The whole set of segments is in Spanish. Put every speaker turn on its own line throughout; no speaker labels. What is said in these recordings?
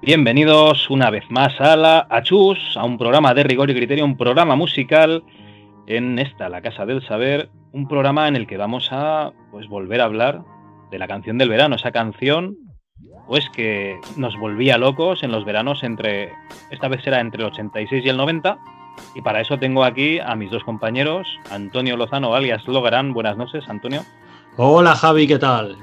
Bienvenidos una vez más a la Achus, a un programa de rigor y criterio, un programa musical en esta, la Casa del Saber, un programa en el que vamos a pues volver a hablar de la canción del verano, esa canción pues que nos volvía locos en los veranos entre esta vez será entre el 86 y el 90 y para eso tengo aquí a mis dos compañeros, Antonio Lozano alias Logarán, buenas noches, Antonio.
Hola Javi, ¿qué tal?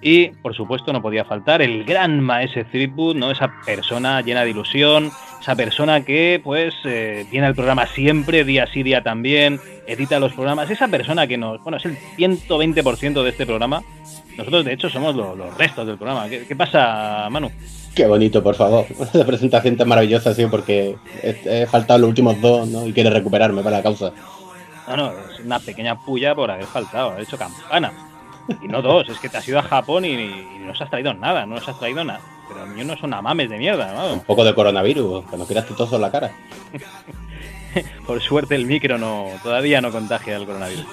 Y, por supuesto, no podía faltar el gran maese Threepwood, ¿no? Esa persona llena de ilusión, esa persona que, pues, eh, viene al programa siempre, día sí, día también, edita los programas, esa persona que nos... Bueno, es el 120% de este programa. Nosotros, de hecho, somos lo- los restos del programa. ¿Qué, qué pasa, Manu?
Qué bonito, por favor. Una presentación tan maravillosa, sí, porque he, he faltado los últimos dos, ¿no? Y quiere recuperarme para la causa.
No, no, es una pequeña puya por haber faltado, haber hecho campana. Y no dos, es que te has ido a Japón y, y no nos has traído nada, no nos has traído nada. Pero ni uno son amames de mierda, vamos.
Un poco de coronavirus, cuando quieras te toso en la cara.
Por suerte el micro no todavía no contagia el coronavirus.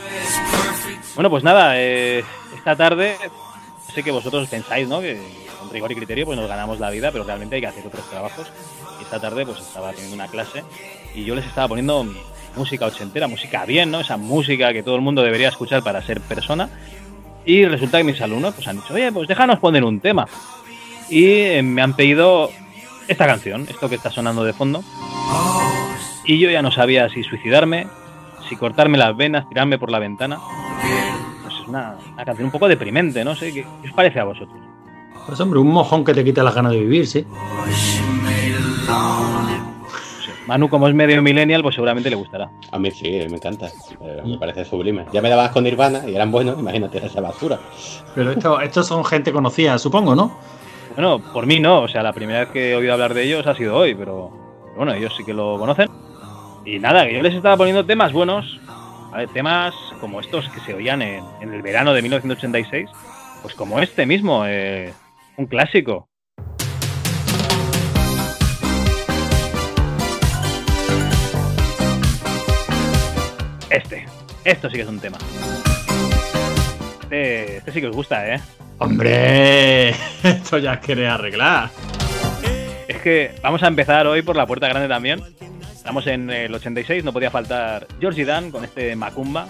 Bueno, pues nada, eh, esta tarde sé que vosotros pensáis, ¿no? Que con rigor y criterio pues nos ganamos la vida, pero realmente hay que hacer otros trabajos. Y esta tarde pues estaba teniendo una clase y yo les estaba poniendo música ochentera, música bien, ¿no? Esa música que todo el mundo debería escuchar para ser persona. Y resulta que mis alumnos pues han dicho, oye, pues déjanos poner un tema. Y eh, me han pedido esta canción, esto que está sonando de fondo. Y yo ya no sabía si suicidarme, si cortarme las venas, tirarme por la ventana. Pues es una, una canción un poco deprimente, no sé, ¿qué, qué os parece a vosotros?
Pues hombre, un mojón que te quita las ganas de vivir, sí.
No sé, Manu, como es medio millennial, pues seguramente le gustará.
A mí sí, me encanta. Eh, Me parece sublime. Ya me dabas con Nirvana y eran buenos, imagínate esa basura.
Pero esto- estos son gente conocida, supongo, ¿no?
Bueno, por mí no, o sea, la primera vez que he oído hablar de ellos ha sido hoy, pero, pero bueno, ellos sí que lo conocen. Y nada, que yo les estaba poniendo temas buenos, ¿vale? temas como estos que se oían en, en el verano de 1986, pues como este mismo, eh, un clásico. Este, esto sí que es un tema. Este, este sí que os gusta, ¿eh?
Hombre, esto ya queréis arreglar.
Es que vamos a empezar hoy por la puerta grande también. Estamos en el 86, no podía faltar Georgie Dan con este Macumba.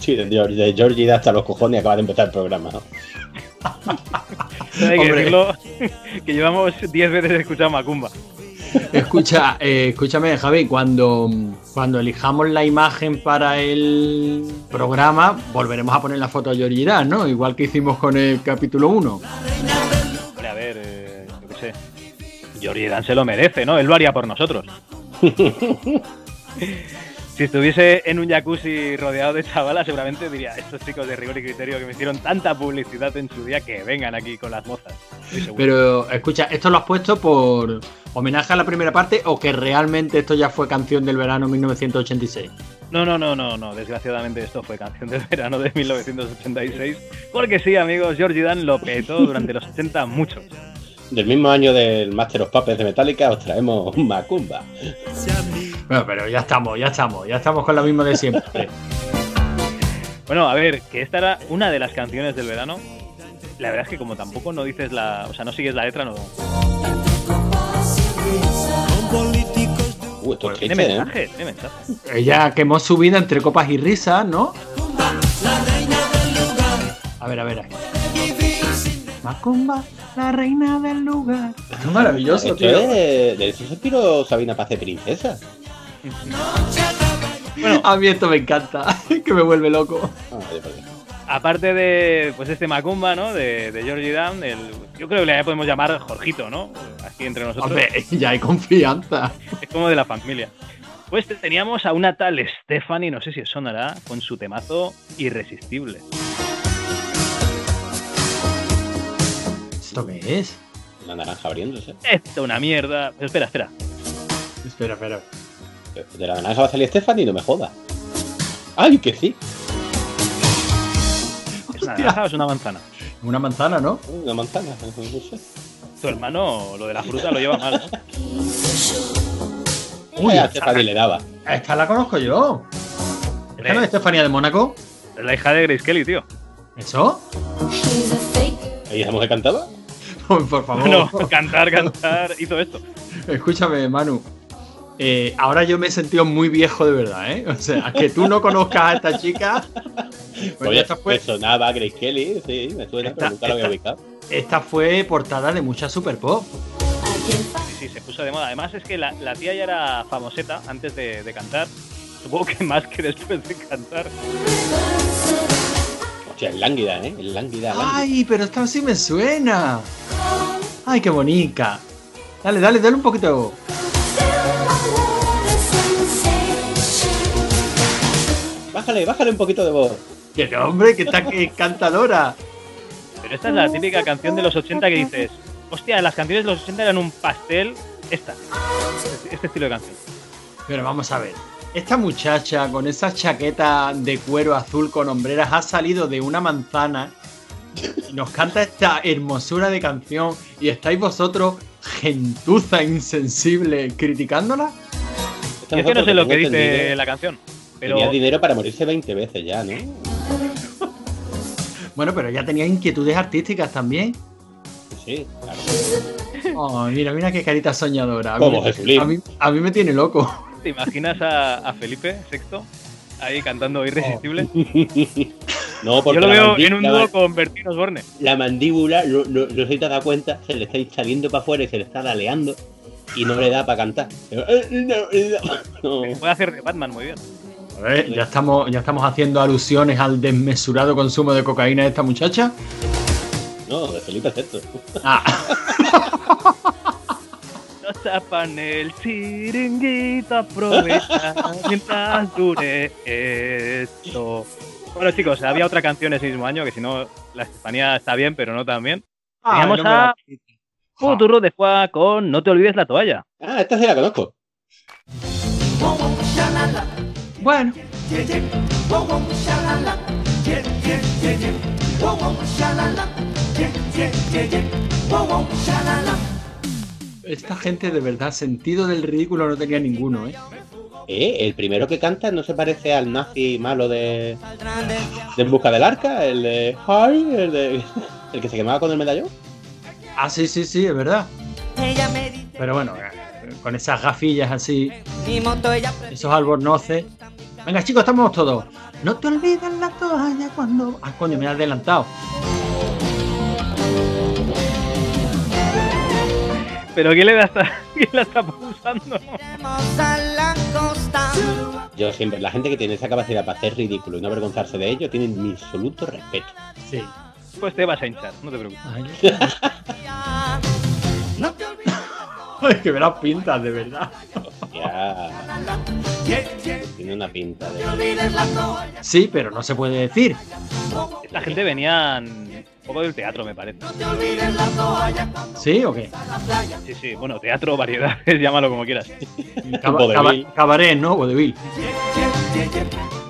Sí, de, George- de Georgie da hasta los cojones y acaba de empezar el programa. ¿no?
Hay que
Hombre.
decirlo que llevamos 10 veces escuchado Macumba.
Escucha, eh, escúchame, Javi, cuando, cuando elijamos la imagen para el programa, volveremos a poner la foto de Georgie Dan, ¿no? Igual que hicimos con el capítulo 1.
Hombre, a ver, eh, yo qué sé. Georgie Dan se lo merece, ¿no? Él lo haría por nosotros. si estuviese en un jacuzzi rodeado de chavalas, seguramente diría, estos chicos de rigor y criterio que me hicieron tanta publicidad en su día, que vengan aquí con las mozas. Estoy seguro.
Pero escucha, ¿esto lo has puesto por homenaje a la primera parte o que realmente esto ya fue canción del verano 1986?
No, no, no, no, no. Desgraciadamente esto fue canción del verano de 1986. Porque sí, amigos, Georgie Dan lo petó durante los 80 mucho.
Del mismo año del Master of Puppets de Metallica os traemos Macumba.
Bueno, pero ya estamos, ya estamos, ya estamos con lo mismo de siempre.
Bueno, a ver, que esta era una de las canciones del verano. La verdad es que como tampoco no dices la... O sea, no sigues la letra, no...
Uh, esto
Pues
es
Tiene
triste, ¿eh?
mensaje, tiene mensaje.
Ella quemó su vida entre copas y risas, ¿no? A ver, a ver. ahí. Macumba, la reina del lugar. Esto es maravilloso,
Esto
tío.
es de esos suspiro Sabina Paz de Princesa.
Bueno,
A mí esto me encanta, que me vuelve loco.
Ah, vale, vale.
aparte de pues este Macumba, ¿no? De, de Georgie Dan, el- yo creo que le podemos llamar Jorgito, ¿no? Aquí entre nosotros.
Hombre, ya hay confianza.
Es como de la familia. Pues teníamos a una tal Stephanie, no sé si os sonará, con su temazo irresistible.
¿Esto qué es?
Una naranja abriéndose.
Esto una mierda. Pero espera, espera.
Espera, espera.
De la naranja va a salir Stephanie, no me joda. ¡Ay, que sí!
¿Es una
Hostia.
naranja o es una manzana?
Una manzana, ¿no?
Una manzana. no sé.
Tu hermano lo de la fruta lo lleva mal, ¿no?
Uy,
a Stephanie le daba.
Esta la conozco yo. ¿Esta no es
Hombre,
Estefanía de Mónaco?
es la hija de Grace Kelly, tío.
¿Eso?
¿Y esa mujer cantaba?
por favor.
No, cantar, cantar, hizo esto.
Escúchame, Manu. Eh, ahora yo me he sentido muy viejo de verdad, ¿eh? O sea, que tú no conozcas a esta chica. Bueno,
Oye,
esta,
me
fue,
sonaba Grace Kelly, sí, me suena,
Esta-
pero nunca la había ubicado.
esta fue portada de mucha super pop.
Sí, sí, se puso de moda. Además es que la, la tía ya era famoseta antes de, de cantar. Supongo que más que después de cantar.
Hostia, es lánguida, ¿eh? Es lánguida, lánguida.
Ay, pero esta sí me suena. Ay, qué bonita. Dale, dale, dale un poquito de voz.
Bájale, bájale un poquito de voz.
Que no, hombre, que está que encantadora.
Pero esta es la típica canción de los 80 que dices, hostia, las canciones de los 80 eran un pastel. Esta. Este- Este estilo de canción.
Pero vamos a ver. Esta muchacha con esa chaqueta de cuero azul con hombreras ha salido de una manzana y nos canta esta hermosura de canción y estáis vosotros, gentuza insensible, criticándola.
Yo es que no sé lo que dice la canción. Pero
Tenía dinero para morirse 20 veces ya, ¿no?
Bueno, pero ya tenía inquietudes artísticas también.
Sí, claro.
Oh, mira, mira qué carita soñadora. A
Como
mí-
Jesulín.
a mí, a mí me tiene loco.
¿te imaginas a, a Felipe VI ahí cantando Irresistible?
No,
Yo
porque
lo
la,
veo
mandi-
en un
la-
dúo con Bertino Osborne.
la mandíbula, no no- no sé si te has dado cuenta, se le está saliendo para afuera y se le está daleando y no le da para cantar. Pero, eh, no, eh, no. No.
Puede hacer de Batman muy bien.
A ver, ya estamos, ya estamos haciendo alusiones al desmesurado consumo de cocaína de esta muchacha.
No, de Felipe VI.
Ah,
Nos tapan el chiringuito, aprovecha mientras dure esto. Bueno, chicos, había otra canción ese mismo año que si no, la Estefanía está bien, pero no tan bien. Teníamos
no me la-
a Futuro de Juá con No te olvides la toalla.
Ah, esta sí la conozco.
Bueno, esta gente de verdad, sentido del ridículo no tenía ninguno, ¿eh?
Eh, el primero que canta no se parece al nazi malo de. de En busca del arca, el de. Hi, el de. el que se quemaba con el medallón.
Ah, sí, sí, sí, es verdad. Pero bueno, eh, con esas gafillas así, esos albornoces. Venga, chicos, estamos todos. No te olvides la toalla cuando. Ah, coño, me he adelantado.
Pero ¿quién le da esta- quién la está usando?
Yo siempre, la gente que tiene esa capacidad para hacer ridículo y no avergonzarse de ello, tiene mi absoluto respeto.
Sí.
Pues te vas a hinchar, no te preocupes.
Ay, que me las pintas, de verdad.
Ya. Tiene una pinta de.
Sí, pero no se puede decir.
Esta gente venían un poco del teatro, me parece.
¿Sí o qué?
Sí, sí, bueno, teatro, variedades, llámalo como quieras.
Caba-
Vodevil.
caba- cabaret, ¿no? Vodevil.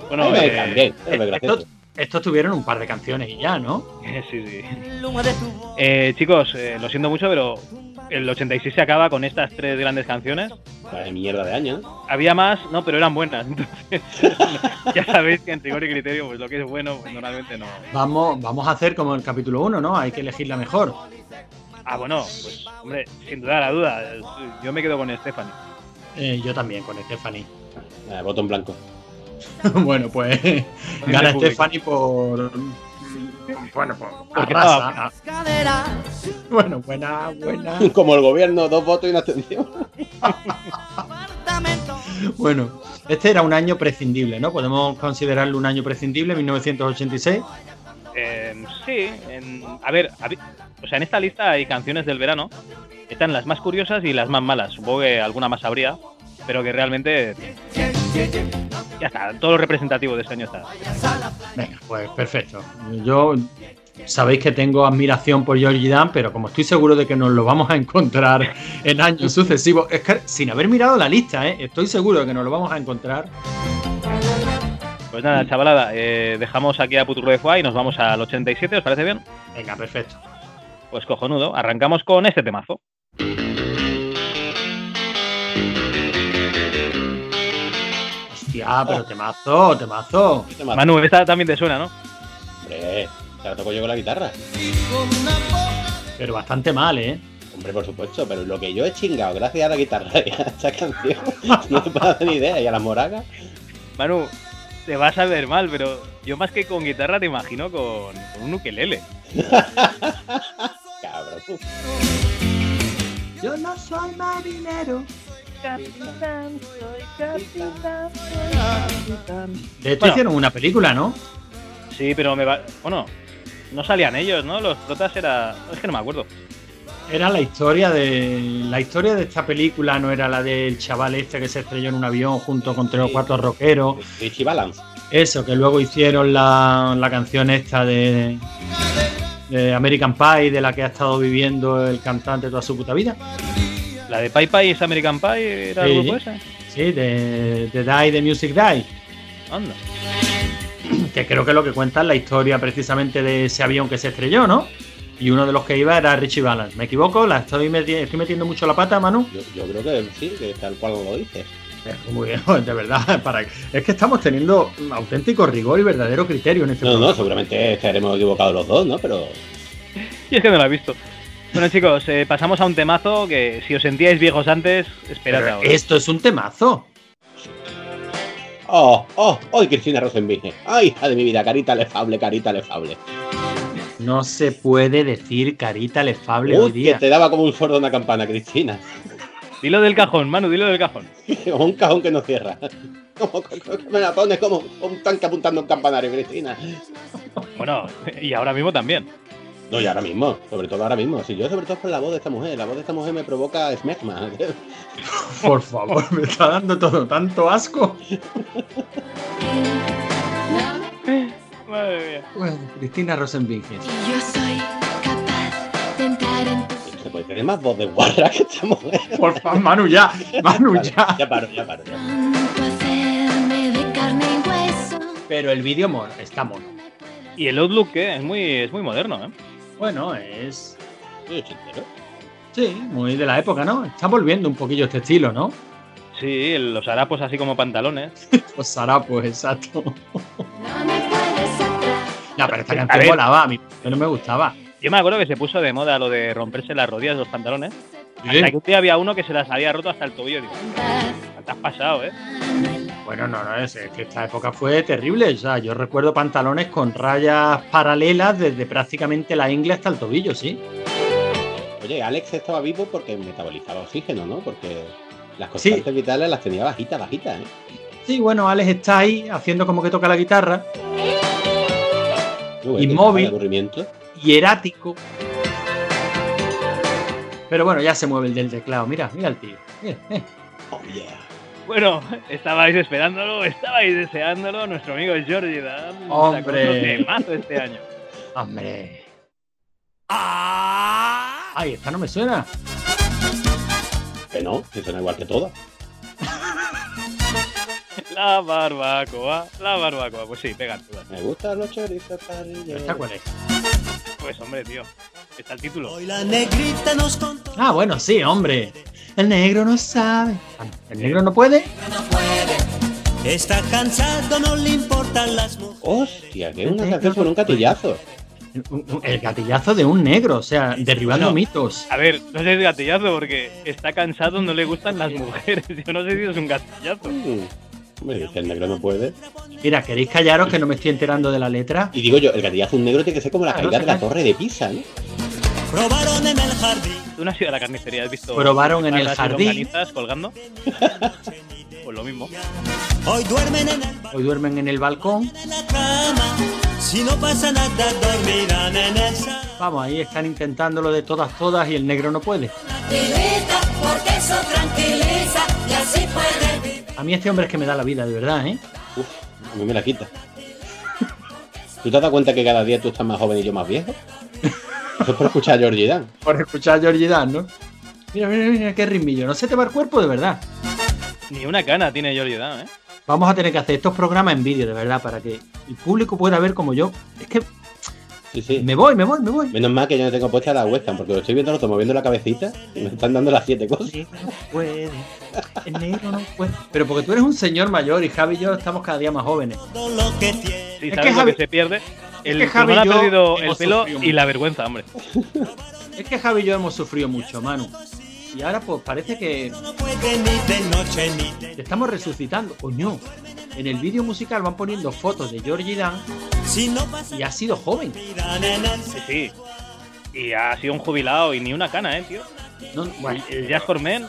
Bueno,
Eh,
eh,
también, es muy gracioso.
Estos, estos tuvieron un par de canciones y ya, ¿no?
sí, sí. Eh, chicos, eh, lo siento mucho, pero el 86 se acaba con estas tres grandes canciones.
Vaya mierda de año, ¿no?
Había más, no, pero eran buenas. Entonces, ya sabéis que en rigor y criterio, pues lo que es bueno, pues, normalmente no.
Vamos, vamos a hacer como el capítulo 1, ¿no? Hay que elegir la mejor.
Ah, bueno, pues, hombre, sin duda la duda, eh, yo me quedo con Stephanie.
Eh, yo también, con Stephanie.
Ah, botón blanco.
bueno, pues gana
este público.
Stephanie por... Bueno, por,
Porque
arrasa.
estaba-
Bueno, buena, buena.
Como el gobierno, dos votos y una abstención.
Bueno, este era un año prescindible, ¿no? Podemos considerarlo un año prescindible, 1986.
Eh, sí, en- a ver, habi- o sea, en esta lista hay canciones del verano. Están las más curiosas y las más malas. Supongo que alguna más habría, pero que realmente. Ya está, todo lo representativo de este año está.
Venga, pues perfecto. Yo sabéis que tengo admiración por Georgie Dan, pero como estoy seguro de que nos lo vamos a encontrar en años sucesivos, es que sin haber mirado la lista, ¿eh? estoy seguro de que nos lo vamos a encontrar.
Pues
Mm.
nada, chavalada, eh, dejamos aquí a Puturro de Fuá y nos vamos al 87, ¿os parece bien?
Venga, perfecto.
Pues cojonudo, arrancamos con este temazo.
Hostia, pero temazo, temazo.
Este más-
Manu, esta también te suena, ¿no?
Hombre, te la toco yo con la guitarra.
Pero bastante mal, ¿eh?
Hombre, por supuesto, pero lo que yo he chingado, gracias a la guitarra y a esta canción, no te puedo dar ni idea, y a la moraga.
Manu, te vas a ver mal, pero yo más que con guitarra te imagino con, con un ukelele.
Cabrón.
Yo no soy marinero.
Capitán, soy capitán, soy capitán.
De hecho,
Bueno.
hicieron una película, ¿no?
Sí, pero me va. Bueno, no salían ellos, ¿no? Los protas era. Es que no me acuerdo.
Era la historia de. La historia de esta película no era la del chaval este que se estrelló en un avión junto con tres o cuatro rockeros.
Richie Balance.
Eso, que luego hicieron la, la canción esta de, de American Pie, de la que ha estado viviendo el cantante toda su puta vida.
La de Pai Pai es American Pie, era
Sí.
el grupo ese.
Sí, de, de Die, de Music Die.
Anda.
Que creo que es lo que cuenta es la historia precisamente de ese avión que se estrelló, ¿no? Y uno de los que iba era Richie Valens. ¿Me equivoco? ¿La estoy, meti- estoy metiendo mucho la pata, Manu?
Yo, yo creo que sí, que tal cual lo dices.
Muy bien, de verdad. Para... Es que estamos teniendo un auténtico rigor y verdadero criterio en este
No,
programa.
no, seguramente estaremos equivocados los dos, ¿no? Pero
Y es que no la he visto. Bueno, chicos, eh, pasamos a un temazo que si os sentíais viejos antes, esperad
Pero
ahora.
esto es un temazo.
¡Oh, oh, oh! Cristina Rosenvinge. ¡Ay, hija de mi vida! Carita lefable, carita lefable.
No se puede decir carita lefable hoy
Uy, que
día.
te daba como un sordo una campana, Cristina.
Dilo del cajón, Manu, dilo del cajón.
Como un cajón que no cierra. Como como- como que me la pones como un tanque apuntando a un campanario, Cristina.
Bueno, y ahora mismo también.
No, y ahora mismo, sobre todo ahora mismo. Si yo, sobre todo con la voz de esta mujer, la voz de esta mujer me provoca esmegma.
Por favor, me está dando todo tanto asco.
Madre mía.
Bueno, Cristina Rosenvinge.
Y yo soy capaz de entrar en tu
Se puede tener más voz de guarra que esta mujer.
Por favor, Manu, ya. Manu,
Vale,
ya.
ya paro, ya paro. ya.
canto, hacerme de carne y hueso.
Pero el vídeo mola, está mono.
Y el Outlook, ¿qué? Es muy, es muy moderno, ¿eh?
Bueno, es.
Soy ochentero.
Sí, muy de la época, ¿no? Está volviendo un poquillo este estilo, ¿no?
Sí, el- los harapos así como pantalones.
Los sarapos, Pues exacto.
No me puedes atrás.
No, pero esta
A
canción
ver.
volaba, a mí no me gustaba.
Yo me acuerdo que se puso de moda lo de romperse las rodillas de los pantalones. Hasta que un día había uno que se las había roto hasta el tobillo. Digo, te has pasado, ¿eh?
Bueno, no, no, es, es que esta época fue terrible. O sea, yo recuerdo pantalones con rayas paralelas desde prácticamente la ingle hasta el tobillo, sí.
Oye, Alex estaba vivo porque metabolizaba oxígeno, ¿no? Porque las
Sí.
constantes vitales las tenía bajitas, bajitas, ¿eh?
Sí, bueno, Alex está ahí haciendo como que toca la guitarra,
Muy bueno,
Inmóvil.
de aburrimiento.
hierático. Pero bueno, ya se mueve el del teclado. Mira, mira el tío. Mira, eh.
Oh, yeah.
Bueno, estabais esperándolo, estabais deseándolo. Nuestro amigo Jordi Dan sacó
Hombre.
otro temazo este año.
Hombre. Ay, esta no me suena.
Que no, que suena igual que todo.
La barbacoa, la barbacoa. Pues sí, pegan. todas.
Me gustan los chorizos parrilleros.
¿Esta cuál es?
Pues hombre, tío. Está el título.
Hoy la negrita nos contó.
Ah, bueno, sí, hombre. El negro no sabe. Ah, ¿El negro no puede?
Está cansado, no le importan las mujeres.
Hostia, que es una canción con un gatillazo.
El gatillazo de un negro, o sea, derribando
No.
mitos.
A ver, no sé si es gatillazo porque está cansado, no le gustan las mujeres. Yo no sé si es un gatillazo.
Mm. Me dice, el negro no puede.
Mira, ¿queréis callaros que no me estoy enterando de la letra?
Y digo yo, el gatillazo un negro tiene que ser como la
Ah, no
caída de la
sé.
torre de Pisa, ¿no?
Probaron en el jardín.
Tú no has ido a la carnicería, has visto.
Probaron en el
patas y
jardín.
longanizas colgando. Pues lo mismo.
Hoy duermen en el
Hoy duermen en el balcón.
en la cama. Si no pasa nada, dormirán en el salón.
Vamos, ahí están intentándolo de todas, todas y el negro no puede.
tranquiliza, porque eso tranquiliza y así puedes vivir.
A mí este hombre es que me da la vida, de verdad, ¿eh?
A mí me la quita. ¿Tú te has dado cuenta que cada día tú estás más joven y yo más viejo? Eso es por escuchar a Georgie Dan.
Por escuchar a Georgie Dan, ¿no? Mira, mira, mira, qué ritmillo. No se te va el cuerpo, de verdad.
Ni una cana tiene Jordi Dan, ¿eh?
Vamos a tener que hacer estos programas en vídeo, de verdad, para que el público pueda ver como yo. Es que
Sí, sí.
me voy, me voy, me voy.
Menos mal que yo no tengo puesta la webcam, porque lo estoy viendo, lo estoy moviendo la cabecita y me están dando las siete cosas.
El negro no puede. El negro no puede. Pero porque tú eres un señor mayor y Javi y yo estamos cada día más jóvenes.
Todo lo que tiene.
Sí,
Es
¿sabes
que
lo
Javi-
que se pierde? El
que Javi
pulmón ha
y yo
perdido el
hemos
pelo
sufrido
y la vergüenza, hombre.
Es que Javi y yo hemos sufrido mucho, Manu. Y ahora pues parece que
No puede ni de noche ni de
te estamos resucitando. Coño, en el vídeo musical van poniendo fotos de Georgie Dan
Si no pasa
y ha sido joven.
vida, nena,
Sí, sí. Y ha sido un jubilado y ni una cana, ¿eh, tío?
No, bueno,
El Jazz for Men,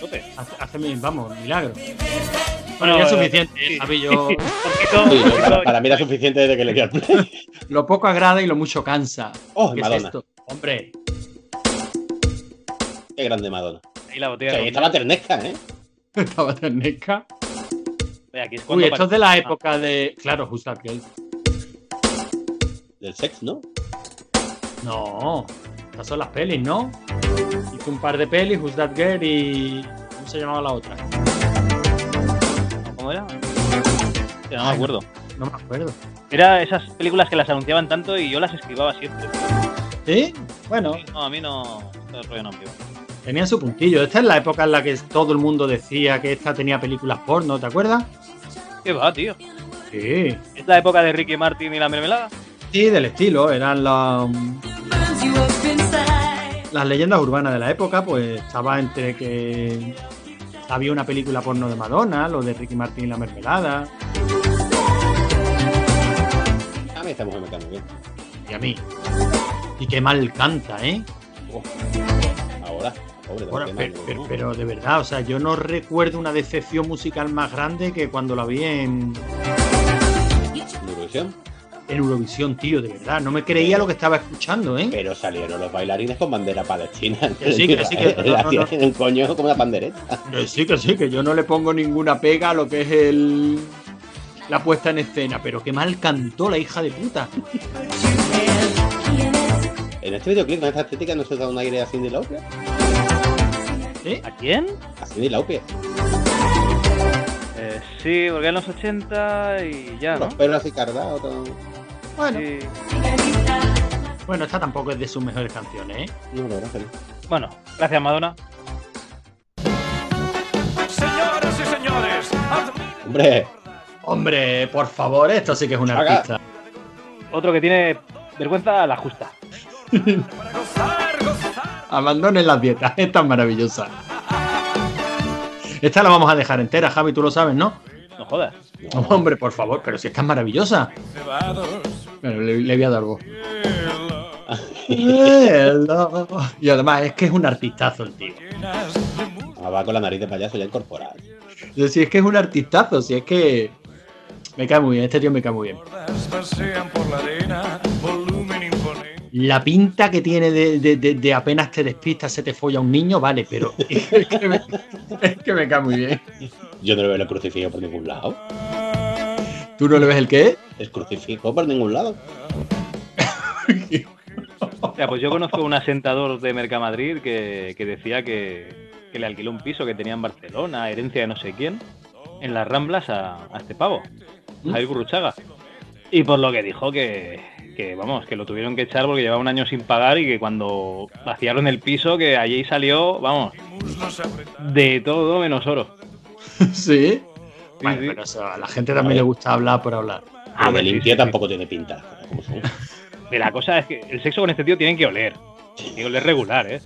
tope.
hace, hace mil- vamos, milagro. Bueno,
Bueno,
ya es
eh,
suficiente, ¿eh, Javi. Yo,
Un poquito-
Sí,
un
yo- para,
poquito-
para mí era suficiente desde que le di al play.
lo poco agrada y lo mucho cansa.
Oh,
¿Qué es
Madonna.
esto? Hombre,
Qué grande Madonna.
Ahí la
O
botella.
sea,
de
estaba ternesca, ¿eh?
estaba tan neca.
ron. Aquí es cuando Ah.
Uy, esto es de la
parece-
época de. Claro, justo aquel.
Del sex, ¿no?
No, estas son las pelis, ¿no? Hizo un par de pelis, Who's That Girl y. ¿Cómo se llamaba la otra?
Ah, ¿Cómo era? Sí, No me acuerdo.
No me acuerdo.
Era esas películas que las anunciaban tanto y yo las esquivaba siempre.
¿Sí? Bueno,
No, a mí no. Este rollo no, tío.
tenía su puntillo. Esta es la época en la que todo el mundo decía que esta tenía películas porno, ¿te acuerdas?
¿Qué va, tío?
Sí.
¿Es la época de Ricky Martin y la mermelada?
Sí, del estilo. Eran las, las leyendas urbanas de la época, pues estaba entre que había una película porno de Madonna, lo de Ricky Martin y la mermelada,
A mí Ah, esta mujer me cae muy bien.
y a mí. Y qué mal canta, ¿eh?
Ahora, pobre de
Bueno,
la
pero,
pena,
pero-
¿no?
pero de verdad, o sea, yo no recuerdo una decepción musical más grande que cuando la vi en,
Eurovisión.
en Eurovisión, tío, de verdad. No me creía lo que estaba escuchando, ¿eh?
Pero salieron los bailarines con bandera palestina.
Que sí, que sí, que- no,
la
no,
tía
no.
tiene un coño como una pandereta.
Que sí, que sí, que yo no le pongo ninguna pega a lo que es el la puesta en escena, pero qué mal cantó la hija de puta.
En este videoclip, con esta estética, no se da un aire a Cindy Lauper.
¿Eh?
¿A quién?
A Cindy Lauper.
Eh, sí, porque en los 80 y ya, ¿no?
Los pelos así cardados. todo.
Bueno,
Sí.
bueno, esta tampoco es de sus mejores canciones, ¿eh?
No, no, no, no.
Bueno, gracias, Madonna.
Señoras y señores, admiren
Hombre,
Hombre, por favor, esto sí que es un
Haga.
artista.
Otro que tiene vergüenza a la justa.
para gozar, gozar.
Abandonen las dietas, esta es maravillosa. Esta la vamos a dejar entera, Javi, tú lo sabes, ¿no?
No jodas.
Hombre, por favor, pero si estás maravillosa. Bueno, le, le voy a dar voz. y además es que es un artistazo el tío.
ah, va con la nariz de payaso ya incorporada.
Si es que es un artistazo, si es que me cae muy bien, este tío me cae muy bien.
Gordas pasean por la arena, volumen imponente.
La pinta que tiene de, de- de- de apenas te despistas se te folla un niño, vale, pero es que me, es que me cae muy bien.
Yo no le veo el crucifijo por ningún lado.
¿Tú no le ves el qué?
El crucifijo por ningún lado.
O sea, pues yo conozco un asentador de Mercamadrid que, que decía que, que le alquiló un piso que tenía en Barcelona, herencia de no sé quién, en las Ramblas a, a este pavo,
¿Mm?
Javier Gurruchaga. Y por lo que dijo que, que, vamos, que lo tuvieron que echar porque llevaba un año sin pagar y que cuando vaciaron el piso, que allí salió, vamos,
Muslos apretados.
de todo menos oro.
Sí.
Sí,
Bueno,
sí.
pero eso, a la gente también le gusta hablar por hablar.
Ah,
Pero de
sí,
limpia
sí,
tampoco tiene pinta. como son.
sí. La cosa es que el sexo con este tío tienen que oler. Tiene que oler regular, ¿eh?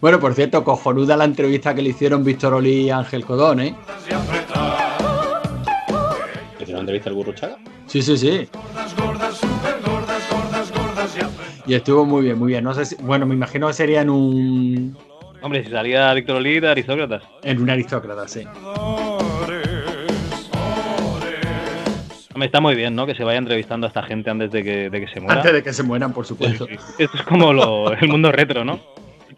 Bueno, por cierto, cojonuda la entrevista que le hicieron Víctor Olí y Ángel Codón, ¿eh?
Gordas y apretadas.
¿Que si no han visto el Gurruchaga?
Sí, sí, sí.
Gordas, gordas, super gordas, gordas, gordas y apretadas.
Y estuvo muy bien, muy bien. No sé si- bueno, me imagino que sería en un,
Hombre, si salía Víctor Olida, aristócratas.
en un aristócrata, sí.
Ores, ores.
Hombre, está muy bien, ¿no? Que se vaya entrevistando a esta gente antes de que, de que se muera.
Antes de que se mueran, por supuesto.
Esto es como lo- el mundo retro, ¿no?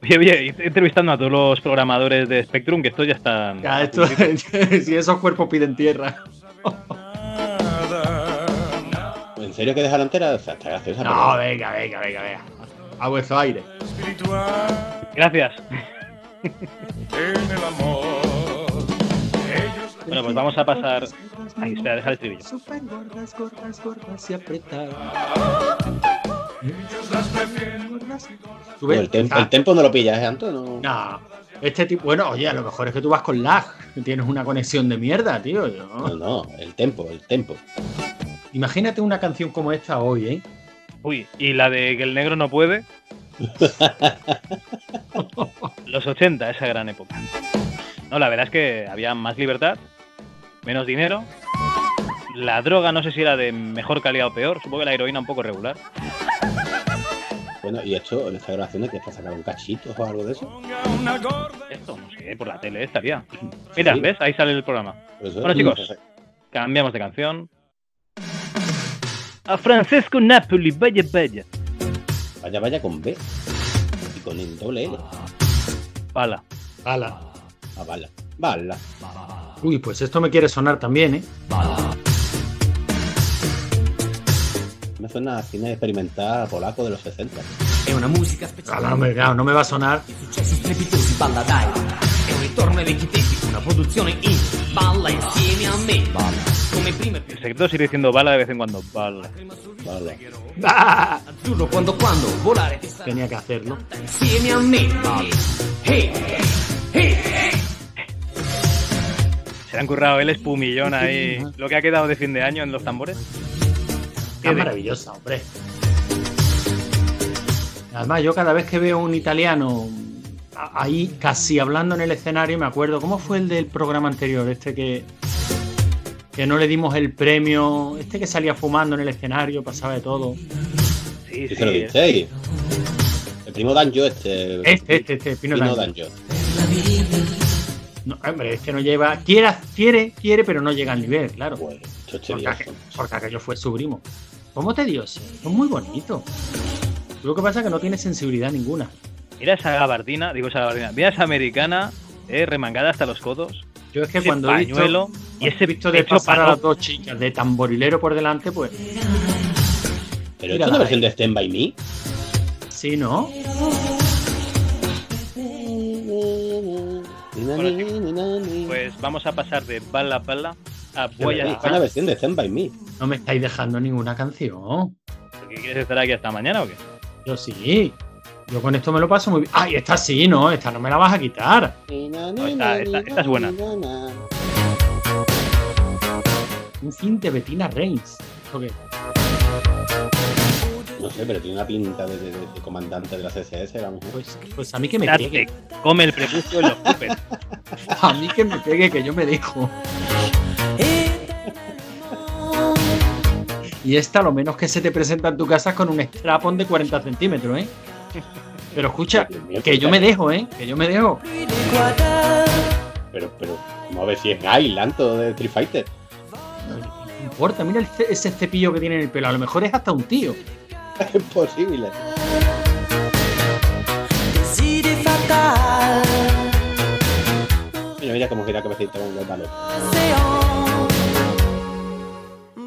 Oye, oye, id entrevistando a todos los programadores de Spectrum, que estos ya están.
Ya, Ah, esto- si esos cuerpos piden tierra.
Nada, nada
¿En serio que dejar entera? O sea, está graciosa.
No, venga, venga, venga, venga. A vuestro aire.
espiritual.
Gracias.
en el amor. Ellos
Bueno, pues vamos a pasar. Ahí, espera, deja el estribillo.
Súper gordas, gordas, gordas y apretadas.
las prefieren.
¿Tú
pero
ves?
el, tempo,
Ah,
el tempo no lo pillas, ¿eh, Anto? No.
no. Este tipo, bueno, oye, a lo mejor es que tú vas con lag. Tienes una conexión de mierda, tío. yo-
no, no, el tempo, el tempo.
Imagínate una canción como esta hoy, ¿eh?
Uy, y la de que el negro no puede. Los 80, esa gran época. No, la verdad es que había más libertad, menos dinero. La droga no sé si era de mejor calidad o peor, supongo que la heroína un poco regular.
Bueno, y esto, en esta grabación, ¿de qué está sacado un cachito o algo de eso?
Ponga una gorda y
Esto, no sé, por la tele estaría. Mira,
Sí.
¿ves? Ahí sale el programa.
Por eso-
Bueno, chicos. Cambiamos de canción. A Francesco Napoli, vaya, vaya.
Vaya, vaya con B. Y con el doble L.
Pala.
Ala.
Ah, bala. Bala.
Uy, pues esto me quiere sonar también, ¿eh?
Me suena a cine experimental polaco de los 60.
È una musica
Ah,
speciale.
no, me- claro, no me va a sonar.
Di successi strepitosi, balla dai. È un ritorno ai vecchi tempi, una produzione in. Balla insieme a me. Balla. Come prima e più
El secreto sigue diciendo bala de vez en cuando. Bala.
prima sul ritmo
Bala.
Ah,
azzurro quando quando volare ti sta
tenía que hacerlo.
insieme a me. Balla. Hey, hey.
Se le han currado el espumillón ahí. Lo que ha quedado de fin de año en los tambores.
Está maravillosa, hombre. Además, yo cada vez que veo un italiano a- ahí casi hablando en el escenario, me acuerdo, ¿cómo fue el del programa anterior? Este que, que no le dimos el premio, este que salía fumando en el escenario, pasaba de todo.
Sí,
¿Qué
sí.
se lo
es-
disteis? El primo Danjo este.
Este, este, este, Pino
Pino
Danjo.
Danjo.
No, hombre, es que no lleva, quiera, quiere, quiere, pero no llega al nivel, claro.
Ah, Bueno, esto es
Porque, aqu-
tedioso.
porque aquello fue su primo. ¿Cómo te dio? Es muy bonito. Lo que pasa es que no tiene sensibilidad ninguna.
Mira esa gabardina, digo esa gabardina. Mira esa americana, eh, remangada hasta los codos.
Yo es que
Ese
cuando he visto-
pañuelo y ese
visto de
pecho
pasar a las
parado.
dos chicas de tamborilero por delante, pues Mira
Pero esto es
la
una versión de Stand By Me.
sí, ¿no?
Bueno, Pues vamos a pasar de bala a bala a
Sí,
Boya.
es una versión de Stand By Me.
No me estáis dejando ninguna canción.
¿Qué ¿Quieres estar aquí hasta mañana o qué?
Yo sí. Yo con esto me lo paso muy bien. Ay, esta sí, ¿no? Esta no me la vas a quitar.
esta- esta- esta es buena.
Un fin de Bettina Reigns. Ok.
No sé, pero tiene una pinta de, de- de comandante de la CSS, la mujer.
Pues, pues a mí que me
Date,
pegue.
come el prepucio en los cúperes.
A mí que me pegue, que yo me dejo. Y esta lo menos que se te presenta en tu casa es con un strapón de 40 centímetros, ¿eh? Pero escucha, que yo me dejo, ¿eh? Que yo me dejo.
Pero, pero, vamos a ver si es Island o de Street Fighter.
No, no importa, mira el ce- ese cepillo que tiene en el pelo. A lo mejor es hasta un tío.
Es imposible. Mira, mira cómo gira la cabecita con el balón.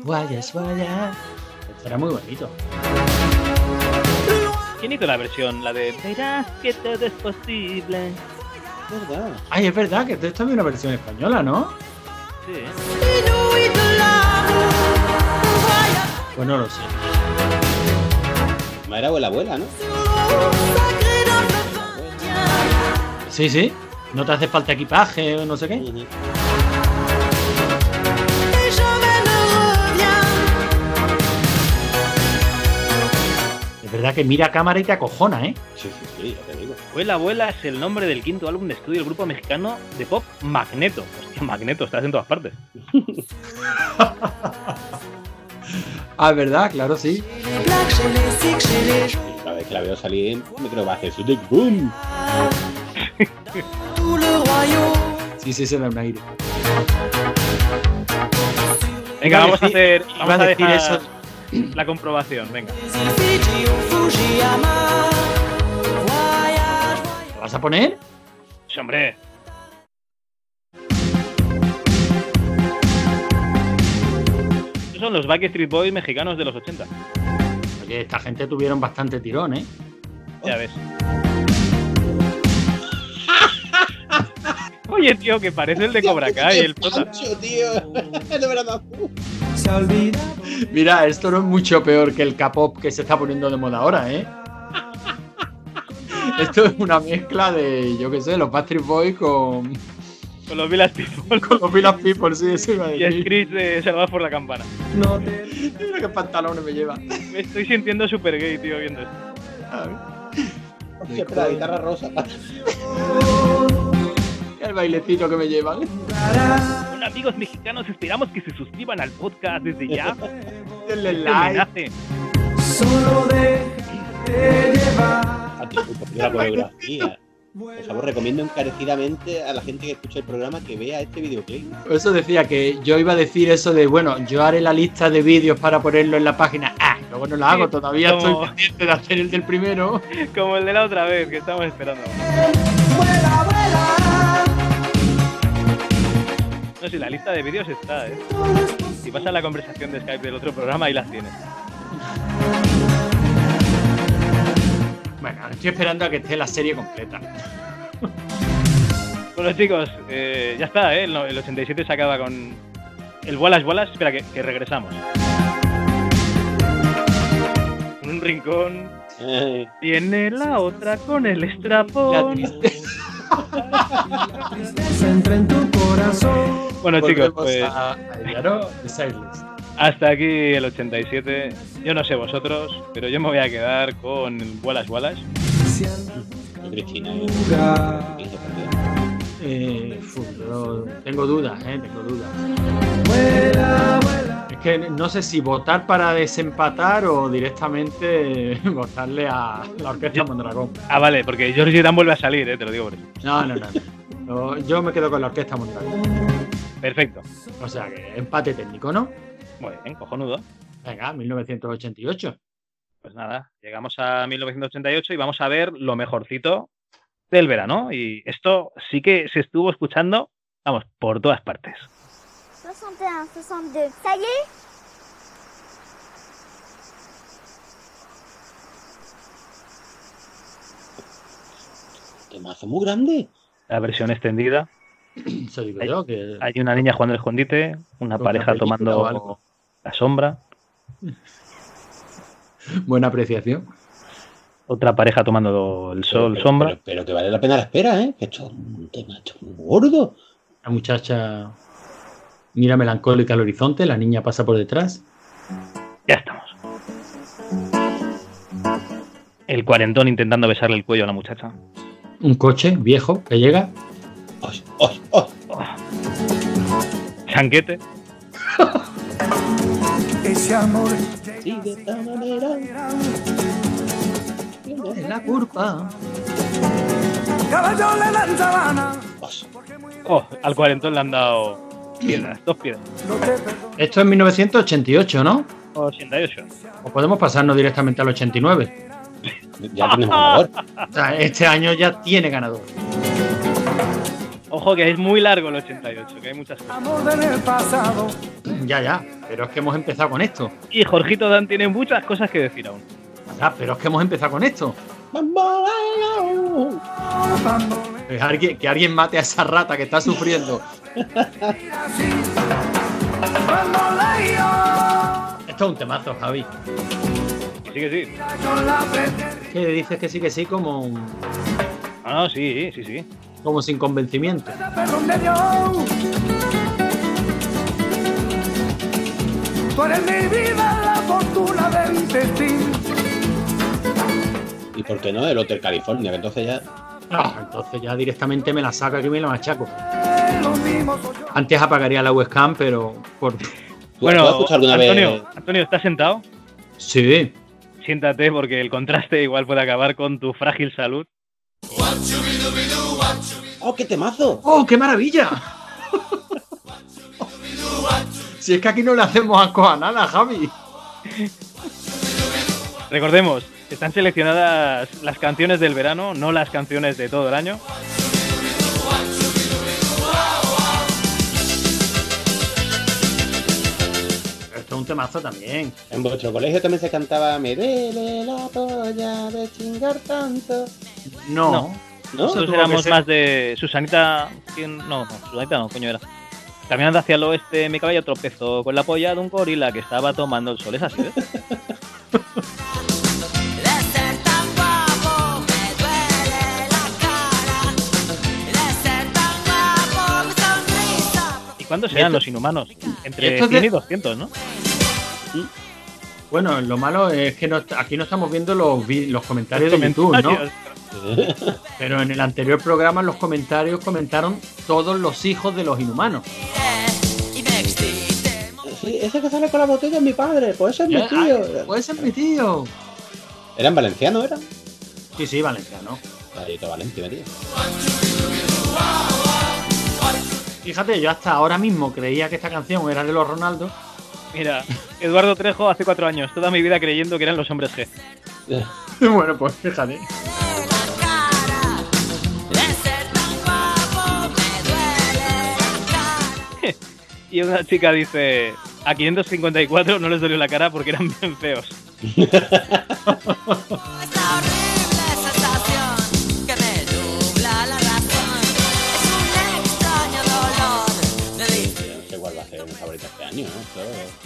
Guayas, guayas. Será muy bonito.
¿Quién hizo la versión? La de Verás que todo es posible.
¿Verdad?
Ay, es verdad que esto es también una versión española, ¿no?
Sí.
Pues no lo sé.
Madre o la abuela, ¿no?
Sí, sí. No te hace falta equipaje o no sé qué.
Ujú.
Es verdad que mira a cámara y te acojona, ¿eh?
Sí, sí, sí, ya te digo.
Abuela Abuela es el nombre del quinto álbum de estudio del grupo mexicano de pop Magneto. Hostia, Magneto, estás en todas partes.
Ah, es verdad, claro, sí.
Y Cada vez que la veo salir, me creo que va a hacer su dick boom.
Sí, sí, se da un aire.
Venga,
Iba a
vamos a
decir-
hacer
iba
vamos
a
a
decir
dejar
eso.
la comprobación. Venga,
¿Lo vas a poner?
Sí, hombre, Estos son los Backstreet Boys mexicanos de los 80.
Oye, esta gente tuvieron bastante tirón, ¿eh?
Ya ves. Oye, tío, que parece el de Cobra Kai, el prota.
Pancho, tío. de verdad.
Mira, esto no es mucho peor que el K-pop que se está poniendo de moda ahora, ¿eh? Esto es una mezcla de, yo qué sé, los Backstreet Boys con,
Con los Villas People
Con los Villas People, sí, eso iba a
y el
decir.
Chris de Salvados por la Campana.
No te... Mira qué pantalones me lleva.
Me estoy sintiendo súper gay, tío, viendo esto.
Siempre la guitarra rosa.
El bailecito que me llevan.
Bueno, amigos mexicanos, esperamos que se suscriban al podcast desde ya.
Denle
Este
like.
homenaje.
Ah, tío, un poquito la coreografía. Por favor, recomiendo encarecidamente a la gente que escucha el programa que vea este videoclip.
Eso decía que yo iba a decir eso de, bueno, yo haré la lista de vídeos para ponerlo en la página. Ah, luego no la hago, todavía
Como-
estoy pendiente de hacer el del primero.
Como el de la otra vez, que estamos esperando. No, si la lista de vídeos está, ¿eh? Si pasa la conversación de Skype del otro programa, ahí las tienes.
Bueno, ahora estoy esperando a que esté la serie completa.
Bueno, chicos, eh, ya está, ¿eh? El no- El 87 se acaba con el Wallace Wallace. Espera, que, que regresamos. En un rincón.
Eh,
Tiene la otra con el
La
estrapón.
tristeza.
Bueno, chicos,
Volvemos
pues
a- a Yaro, The Silence.
hasta aquí el 87. Yo no sé vosotros, pero yo me voy a quedar con el Wallace Wallace.
Cristina.
Eh, fu, yo tengo dudas, eh, tengo dudas. Es que no sé si votar para desempatar o directamente votarle a la Orquesta Mondragón.
Ah, vale, porque Georgie Dan vuelve a salir, eh, te lo digo por eso.
No, no, no. no. Yo- Yo me quedo con la Orquesta Mondragón.
Perfecto.
O sea que empate técnico, ¿no?
Muy bien, cojonudo.
Venga, 1988.
Pues nada, llegamos a 1988 y vamos a ver lo mejorcito del verano. Y esto sí que se estuvo escuchando, vamos, por todas partes.
61, 62. Ça y est
Temazo muy grande.
La versión extendida.
Eso digo
Ay,
yo, que
Hay una niña jugando al escondite, una
Otra
pareja
película o
tomando
algo.
la sombra,
buena apreciación.
otra pareja tomando el sol,
Pero-
sombra.
Pero, pero que vale la pena la espera, ¿eh? Que esto es un tema esto es muy gordo.
La muchacha mira melancólica al horizonte, la niña pasa por detrás.
Ya estamos. El cuarentón intentando besarle el cuello a la muchacha.
Un coche viejo que llega.
¡Ay, ay, ay!
Chanquete.
Sí, de esta manera.
Es la culpa.
Ay,
Oh, al cuarentón le han dado piedras, dos piedras.
Esto es 1988, ¿no?
88.
O podemos pasarnos directamente al 89.
Ya tenemos ganador.
O sea, este año ya tiene ganador.
Ojo que es muy largo el 88, que hay muchas cosas.
Ya, ya. Pero es que hemos empezado con esto.
Y Jorgito Dan tiene muchas cosas que decir aún.
Ya, pero es que hemos empezado con esto.
Bamboleo.
Es alguien- que alguien mate a esa rata que está sufriendo. Esto es un temazo, Javi.
Que Sí, que sí.
Que dices que sí, que sí, como, un-
No, Ah, no, sí, sí, sí.
como sin convencimiento.
¿Y por qué no? El Hotel California, que entonces ya.
Ah, entonces ya directamente me la saco aquí y me la machaco. Antes apagaría la webcam, pero por...
¿Tú, tú
Bueno,
has escuchado alguna
Antonio,
vez?
Antonio, ¿estás sentado?
Sí.
Siéntate porque el contraste igual puede acabar con tu frágil salud.
¡Oh, qué temazo!
¡Oh, qué maravilla! si es que aquí no le hacemos asco a nada, Javi.
Recordemos, están seleccionadas las canciones del verano, no las canciones de todo el año.
Esto es un temazo también.
En vuestro colegio también se cantaba Me duele la polla de chingar tanto.
No.
No.
¿No?
Eso
Nosotros
tuvo que
éramos
ser-
más de Susanita. ¿quién? No, no, Susanita no, coño era. Caminando hacia el oeste, mi caballo tropezó con la polla de un gorila que estaba tomando el sol. Es así, ¿eh?
De ser tan guapo me duele la cara. De ser tan guapo me
¿Cuántos serán los inhumanos? Entre
esto es
100 y
de-
200, ¿no?
Bueno, lo malo es que no, est- aquí no estamos viendo los, vi- los comentarios de YouTube, ¿no?
Comentarios.
Pero en el anterior programa los comentarios comentaron todos los hijos de los inhumanos.
Sí, ese que sale con la botella es mi padre, pues ese es mi
Ya, ah,
tío.
Puede ser mi tío.
¿Era en valenciano, era?
Sí, sí, valenciano.
Clarito Valencia, tío.
Fíjate, yo hasta ahora mismo creía que esta canción era de los Ronaldo.
Mira, Eduardo Trejo hace cuatro años, toda mi vida creyendo que eran los hombres G.
bueno, pues fíjate.
Y una chica dice, a 554 no les dolió la cara porque eran bien feos.
No sé cuál va a ser mi favorito este año, ¿no? Esto-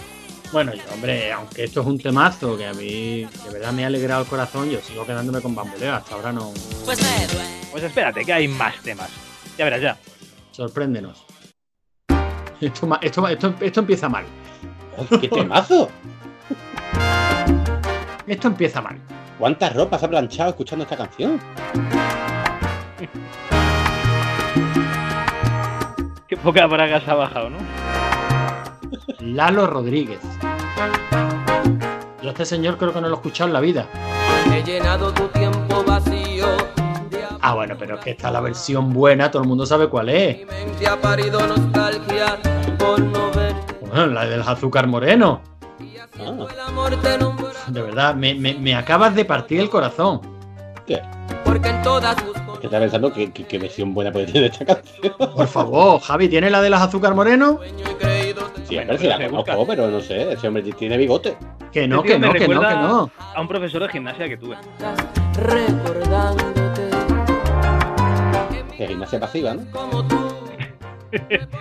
Bueno, yo, hombre, aunque esto es un temazo que a mí de verdad me ha alegrado el corazón, yo sigo quedándome con bamboleo. Hasta ahora no.
Pues espérate, que hay más temas. Ya verás ya.
Sorpréndenos. Esto, ma- esto, ma- esto, esto empieza mal.
¡Oh, ¡Qué temazo!
Esto empieza mal.
¿Cuántas ropas ha planchado escuchando esta canción?
Qué poca braga se ha bajado, ¿no?
Lalo Rodríguez. Yo a este señor creo que no lo he escuchado en la vida.
He llenado tu tiempo vacío. de
Ah, bueno, pero es que está la versión buena, todo el mundo sabe cuál es.
Mi mente ha parido nostalgia por no verte.
Bueno, la del azúcar moreno.
Y así
Ah.
fue el amor te nombró.
De verdad, me, me- me acabas de partir el corazón.
¿Qué?
Porque en todas tus
Que estaba pensando que, que- qué versión buena puede tener esta canción.
Por favor, Javi, ¿tiene la del azúcar moreno?
sueño he creído.
Sí,
Bueno,
hombre, sí la
se
conozco,
busca.
pero no sé, ese hombre tiene bigote.
Que no,
Este
que
tío me
no, que no, que
recuerda
no.
A un profesor de gimnasia que tuve.
Recordándote
Que es gimnasia pasiva, ¿no?
como tú.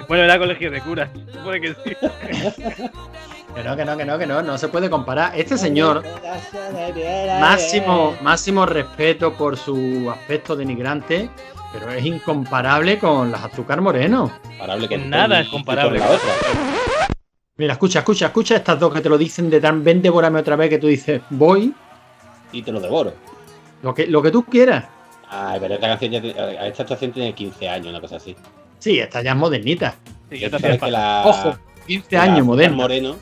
Bueno, era colegio de curas. Supone que sí.
Que no, que no, que no, que no, no se puede comparar. Este señor, máximo, máximo respeto por su aspecto denigrante, pero es incomparable con las azúcar moreno.
Comparable con-
Nada
con-
es comparable.
con la otra.
Mira, escucha, escucha, escucha estas dos que te lo dicen de tan ven, devórame otra vez, que tú dices, voy,
Y te lo devoro.
lo que, lo que tú quieras.
Ay, pero esta canción ya tiene- a esta actuación tiene 15 años, una cosa así.
Sí, esta ya es modernita.
Sí,
Ya
yo
tú
también.
sabes que la,
Ojo, este 15
la
años,
Azúcar
moderna.
Moreno.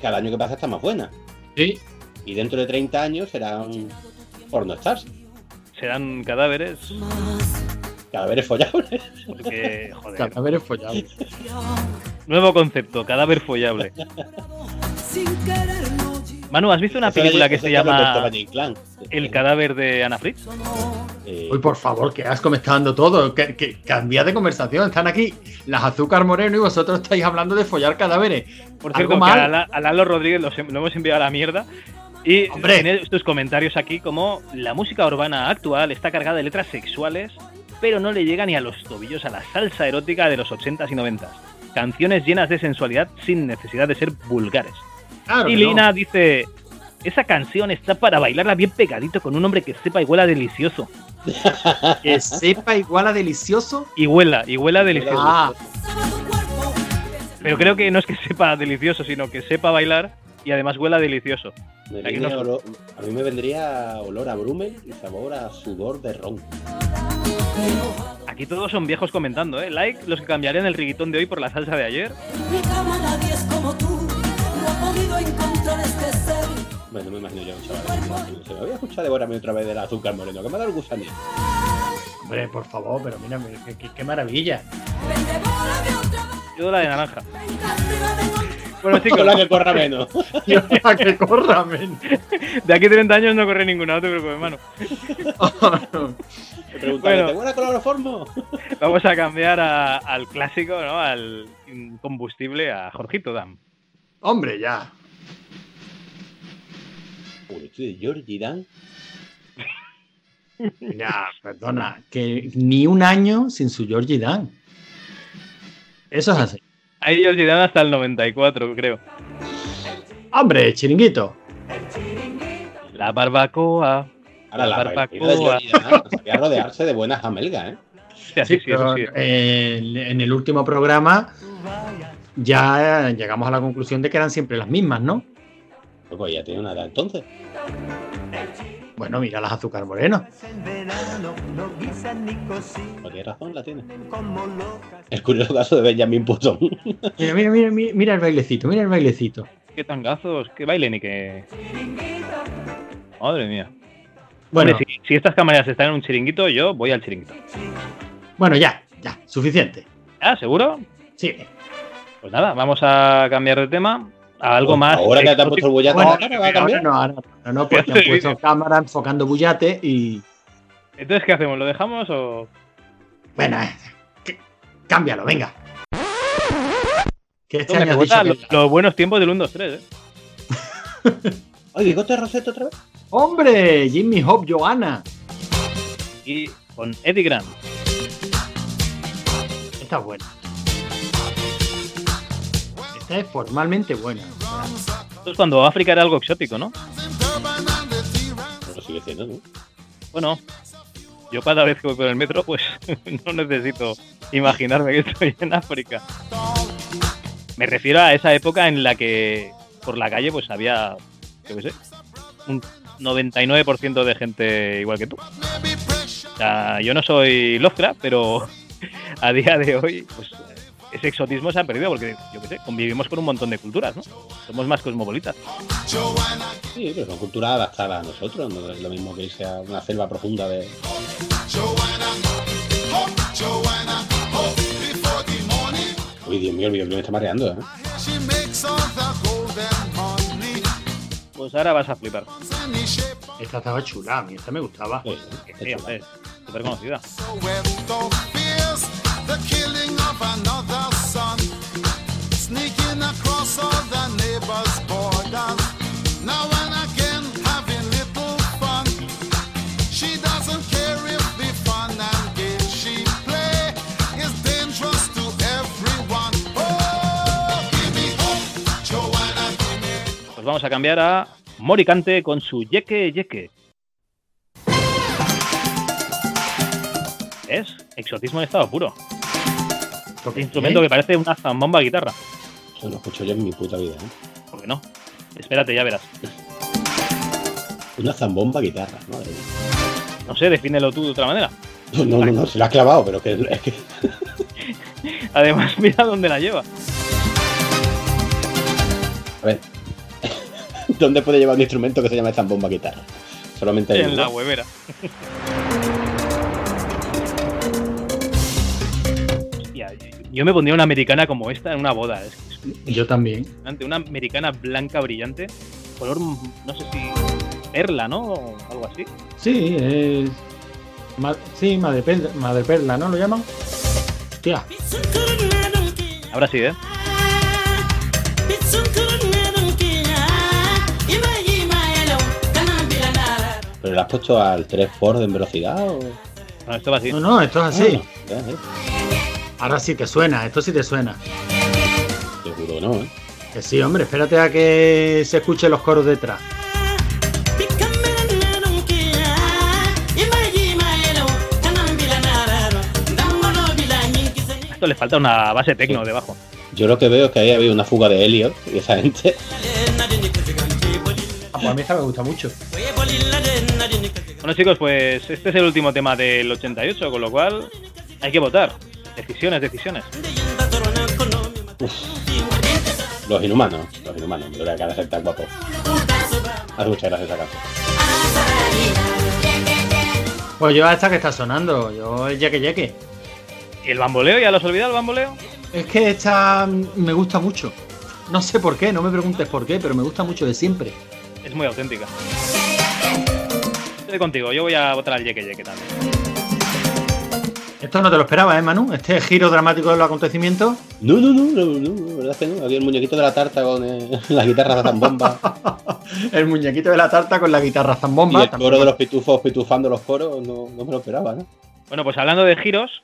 Cada año que pasa está más buena.
Sí.
Y dentro de 30 años serán porno stars.
Serán cadáveres
Cadáveres follables.
porque, joder,
Cadáveres follables.
nuevo concepto, cadáver follable. Manu, ¿has visto una
Eso
película
es-
que
eso
se
es lo del
llama
Topalín Clan.
El cadáver de Ana Fritz?
Eh,
Uy, por favor, qué asco me está dando todo. Que, que- cambia de conversación. Están aquí las azúcar moreno y vosotros estáis hablando de follar cadáveres.
Por
Algo
cierto, que
mal.
a, la- a Lalo Rodríguez los hem- lo hemos enviado a la mierda. Y
Hombre.
tiene sus comentarios aquí como la música urbana actual está cargada de letras sexuales, pero no le llega ni a los tobillos a la salsa erótica de los 80s y 90s. Canciones llenas de sensualidad sin necesidad de ser vulgares.
Claro
y
que no.
Lina dice, esa canción está para bailarla bien pegadito con un hombre que sepa y huela delicioso.
Que sepa igual a delicioso.
Y huela, y huela delicioso.
Ah,
Pero creo que no es que sepa delicioso, sino que sepa bailar y además huela delicioso.
me
aquí
viene
no-
olor- a mí me vendría olor a brumen y sabor a sudor de ron.
Aquí todos son viejos comentando, ¿eh? Like los que cambiarían el riguitón de hoy por la salsa de ayer.
Mi cama nadie es como tú, no ha podido encontrar este ser.
Bueno, me imagino yo, chaval. Se me había escuchado devórame otra vez del azúcar moreno, que me ha dado el gusanillo.
hombre, por favor, pero mira, mira, qué, qué- qué maravilla.
Ven, devórame otra vez,
Yo la de naranja.
ven, castígame con
Bueno, chicos,
Hola, que corra menos.
Y ahora que corra, men.
de aquí a 30 años no corre ninguna, no te preocupes, hermano.
Me preguntaron,
Bueno.
¿te huele a cloroformo?
Vamos a cambiar a- al clásico, ¿no? Al combustible, a Jorgito Dam.
Hombre, ya.
Uy, estoy de Georgie Dan.
Ya, perdona. Que ni un año sin su Georgie Dan. Eso es así.
Ahí ellos llegan hasta el 94, creo.
Hombre, chiringuito.
La barbacoa. La
Ahora la, la
barbacoa.
Pues de Georgie Dan. Sabía rodearse de buenas amelgas, ¿eh?
Hostia, sí, sí, eso sí.
pero, eh, en el último programa ya llegamos a la conclusión de que eran siempre las mismas, ¿no?
Pues ya tiene una edad entonces.
Bueno, mira las azúcar moreno.
No pues, tiene razón, la tiene. El curioso caso de Benjamin Button.
Mira, mira, mira, mira, mira el bailecito, mira el bailecito.
Qué tangazos, qué bailen y qué. Madre mía.
Bueno,
Hombre, si, si estas cámaras están en un chiringuito, yo voy al chiringuito.
bueno, ya, ya, suficiente.
¿Ah, seguro?
Sí.
Pues nada, vamos a cambiar de tema a algo
Pues
más.
Ahora que te han puesto el bollazo
Bueno,
en la cara, va a
ahora
cambiar.
no, ahora no, no, porque han puesto cámara enfocando bullate y.
Entonces, ¿qué hacemos? ¿Lo dejamos o.?
Bueno, eh, que- cámbialo, venga. Que este
Me
año has dicho
recuerda
que-
los, los buenos tiempos del 1, 2, 3, ¿eh?
Oye, bigote Rosetta otra vez.
¡Hombre! Jimmy Hop Johanna.
Y con Eddie Grant.
Esta es buena. Esta es formalmente buena.
Esto es cuando África era algo exótico, ¿no?
Pero Pues sigue siendo, ¿no?
Bueno, yo cada vez que voy por el metro, pues no necesito imaginarme que estoy en África. Me refiero a esa época en la que por la calle pues había, yo qué sé, un 99% de gente igual que tú. O sea, yo no soy Lovecraft, pero a día de hoy, pues ese exotismo se ha perdido porque, yo qué sé, convivimos con un montón de culturas, ¿no? Somos más cosmopolitas.
Sí, pero son culturas adaptadas a nosotros. No es lo mismo que irse a una selva profunda de. Uy, Dios mío, el videoclip me está mareando, ¿eh?
Pues ahora vas a flipar.
Esta estaba chula, a mí esta me gustaba.
Sí, ¿eh?
Que
está
sí,
chula.
hombre, es súper conocida. Pues vamos a cambiar a Moricante con su Yeque Yeque. Es exotismo en estado puro.
Porque
Un instrumento que parece una zambomba guitarra.
Eso lo escucho yo en mi puta vida, ¿eh?
¿Por qué no? Espérate, ya verás.
Una zambomba guitarra, madre mía.
No sé, defínelo tú de otra manera.
No, no, no, no, se la ha clavado, pero que es que.
Además, mira dónde la lleva.
A ver. ¿Dónde puede llevar un instrumento que se llama zambomba guitarra? Solamente hay
En
uno.
la huevera. Hostia, yo me pondría una americana como esta en una boda. Es que es
Yo también.
impresionante. Una americana blanca brillante. Color, no sé si perla, ¿no? O algo así.
Sí, es. ma- sí, madre perla, madre perla, ¿no lo llaman? Hostia,
Ahora sí, ¿eh?
¿Pero le has puesto al 3 Ford en velocidad o.?
Bueno, esto va así.
no, no, esto es así.
Ah, ¿eh?
Ah.
Ahora sí te suena, esto sí te suena.
Seguro que no, ¿eh?
Que sí, hombre, espérate a que se escuchen los coros detrás.
A esto le falta una base tecno debajo.
Yo lo que veo es que ahí había una fuga de helio y esa gente.
Ah, pues a mí esta me gusta mucho.
Bueno, chicos, pues este es el último tema del 88, con lo cual hay que votar. Decisiones, decisiones.
Los inhumanos, los inhumanos, me dura cada ser tan guapo. Hace muchas gracias esa canción.
Pues yo a esta que está sonando, yo el yeque yeque.
¿Y el bamboleo? ¿Ya lo has olvidado el bamboleo?
Es que esta mm, me gusta mucho. No sé por qué, no me preguntes por qué, pero me gusta mucho de siempre.
Es muy auténtica. Estoy contigo, yo voy a votar al Yeque Yeque también.
Esto no te lo esperaba, ¿eh, Manu? Este giro dramático de los acontecimientos.
No, no, no, no, no, la verdad es que no. Había el muñequito de la tarta con eh, la guitarra de zambomba
El muñequito de la tarta con la guitarra
y
zambomba.
el coro de los pitufos pitufando los coros, no, no me lo esperaba, ¿no?
Bueno, pues hablando de giros,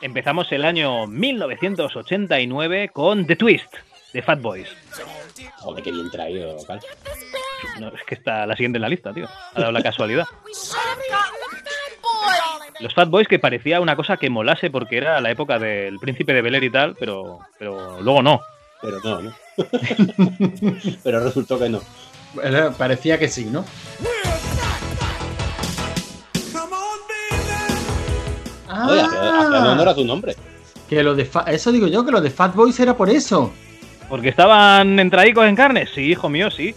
empezamos el año 1989 con The Twist, de Fat Boys.
Joder, qué bien traído, local.
No, es que está la siguiente en la lista, tío. Ha dado la casualidad. Los Fat Boys que parecía una cosa que molase porque era la época del príncipe de Bel Air y tal, pero, pero luego no.
Pero no, ¿no? Pero resultó que no.
Era- Parecía que sí, ¿no?
Oye, hacia- hacia dónde
Ah,
era tu nombre.
que lo de Fa- eso digo yo, que lo de Fat Boys era por eso.
Porque estaban entraicos en carne. Sí, hijo mío, sí.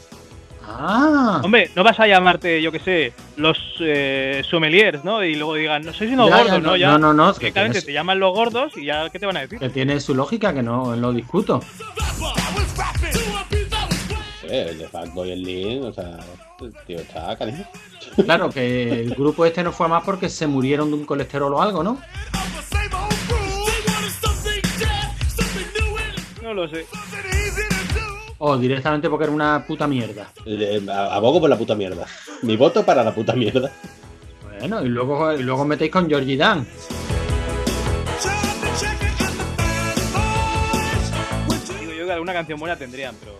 Ah,
Hombre, no vas a llamarte, yo qué sé, los eh, sommeliers, ¿no? Y luego digan, no sois unos
Ya, ya,
gordos,
no,
¿no? Ya,
no, no, no, es Eh. que
directamente
tienes-
te llaman los gordos y ya, ¿qué te van a decir?
que tiene su lógica, que no lo discuto.
Eh, el de Fatboy el Lean, o sea, el tío está canijo.
Claro, que el grupo este no fue a más porque se murieron de un colesterol o algo, ¿no?
No lo sé.
O directamente porque era una puta mierda.
Eh, Abogo por la puta mierda. Mi voto para la puta mierda.
Bueno, y luego, y luego metéis con Georgie Dan.
Digo yo que alguna canción buena tendrían, pero.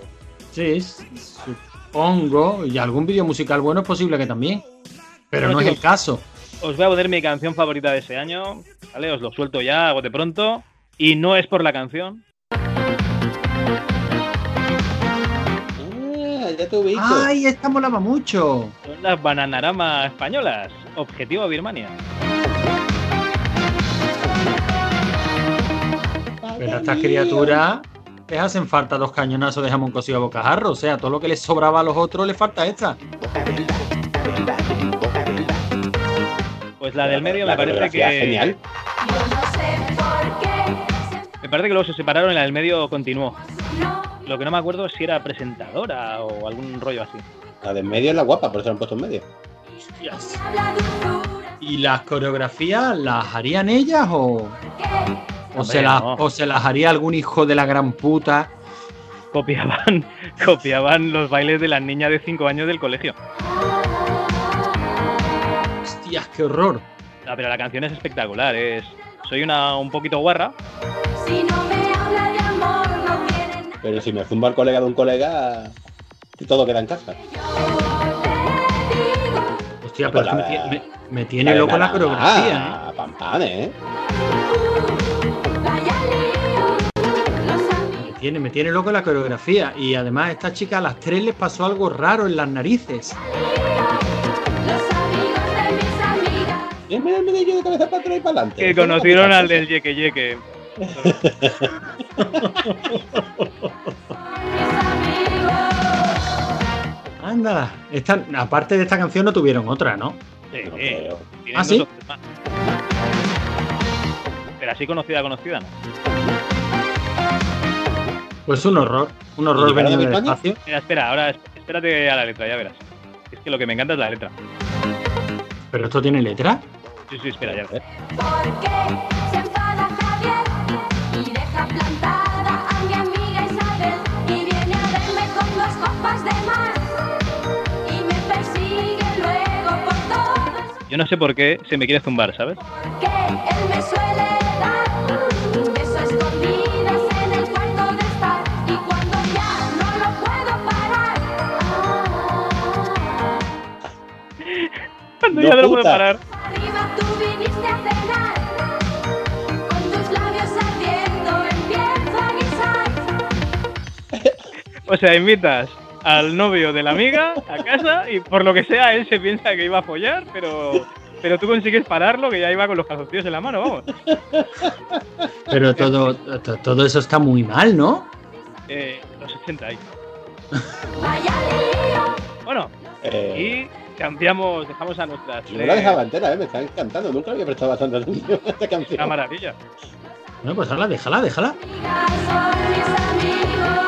Sí, supongo. Y algún vídeo musical bueno es posible que también. Pero
Bueno,
no es el
chicos.
caso.
Os voy a poner mi canción favorita de ese año, ¿vale? Os lo suelto ya, hago de pronto. Y no es por la canción.
Ah, ya te ubico.
¡Ay, esta molaba mucho!
Son las bananarama españolas. Objetivo Birmania.
Pero a estas criaturas les hacen falta dos cañonazos de jamón cocido a bocajarro. O sea, todo lo que les sobraba a los otros les falta esta.
Pues la del medio me parece que.
coreografía es Genial.
Me parece que luego se separaron y la del medio continuó. Lo que no me acuerdo es si era presentadora o algún rollo así.
La de en medio es la guapa, por eso la han puesto en medio.
¿Y las coreografías las harían ellas o.? O se,
Hombre,
las,
no.
o se las haría algún hijo de la gran puta.
Copiaban, copiaban los bailes de las niñas de 5 años del colegio.
Hostias, qué horror.
Ah, pero la canción es espectacular, es. Soy una un poquito guarra.
Si no me habla de amor, no quiere nada.
Pero si me zumba el colega de un colega, todo queda en casa.
Hostia,
Pues
pero
la
es que me, tie-
verdad-
me- me tiene loco la coreografía. ¿eh?
Ah, pan pan, eh.
uh,
Me tiene, me tiene loco la coreografía. Y además, a esta chica a las tres les pasó algo raro en las narices.
Y mira el medio de cabeza para atrás y para adelante.
Que conocieron
¿eh?
al del Yeke Yeke.
Anda. Esta, aparte de esta canción, no tuvieron otra, ¿no?
Sí,
No
sí.
creo.
Tienen
¿Ah,
dos
sí?
opciones más. Pero así conocida, conocida, ¿no?
Pues un horror. Un
¿Y
horror
llegaron
venido
a
del
Birmania?
espacio.
Mira, espera, ahora esp- espérate a la letra, ya verás. Es que lo que me encanta es la letra.
Pero esto tiene letra.
Sí, sí, espera, ya verás. Yo no sé por qué se me quiere zumbar, ¿sabes? No,
No,
ya no lo puedo
puta.
parar.
Arriba tú viniste a cenar Con tus labios ardiendo empiezo a guisar
O sea, invitas al novio de la amiga a casa y por lo que sea él se piensa que iba a follar, pero, pero tú consigues pararlo que ya iba con los calzoncillos en la mano, vamos.
Pero todo, to- todo eso está muy mal, ¿no?
Eh, los 80 ahí.
Vaya lío
Bueno,
Eh,
y cambiamos, dejamos a nuestras
yo me la
tres-
dejaba entera, eh, me está encantando. Nunca le había prestado bastante atención a esta
una
canción.
maravilla.
Bueno, pues ahora déjala, déjala.
son mis amigos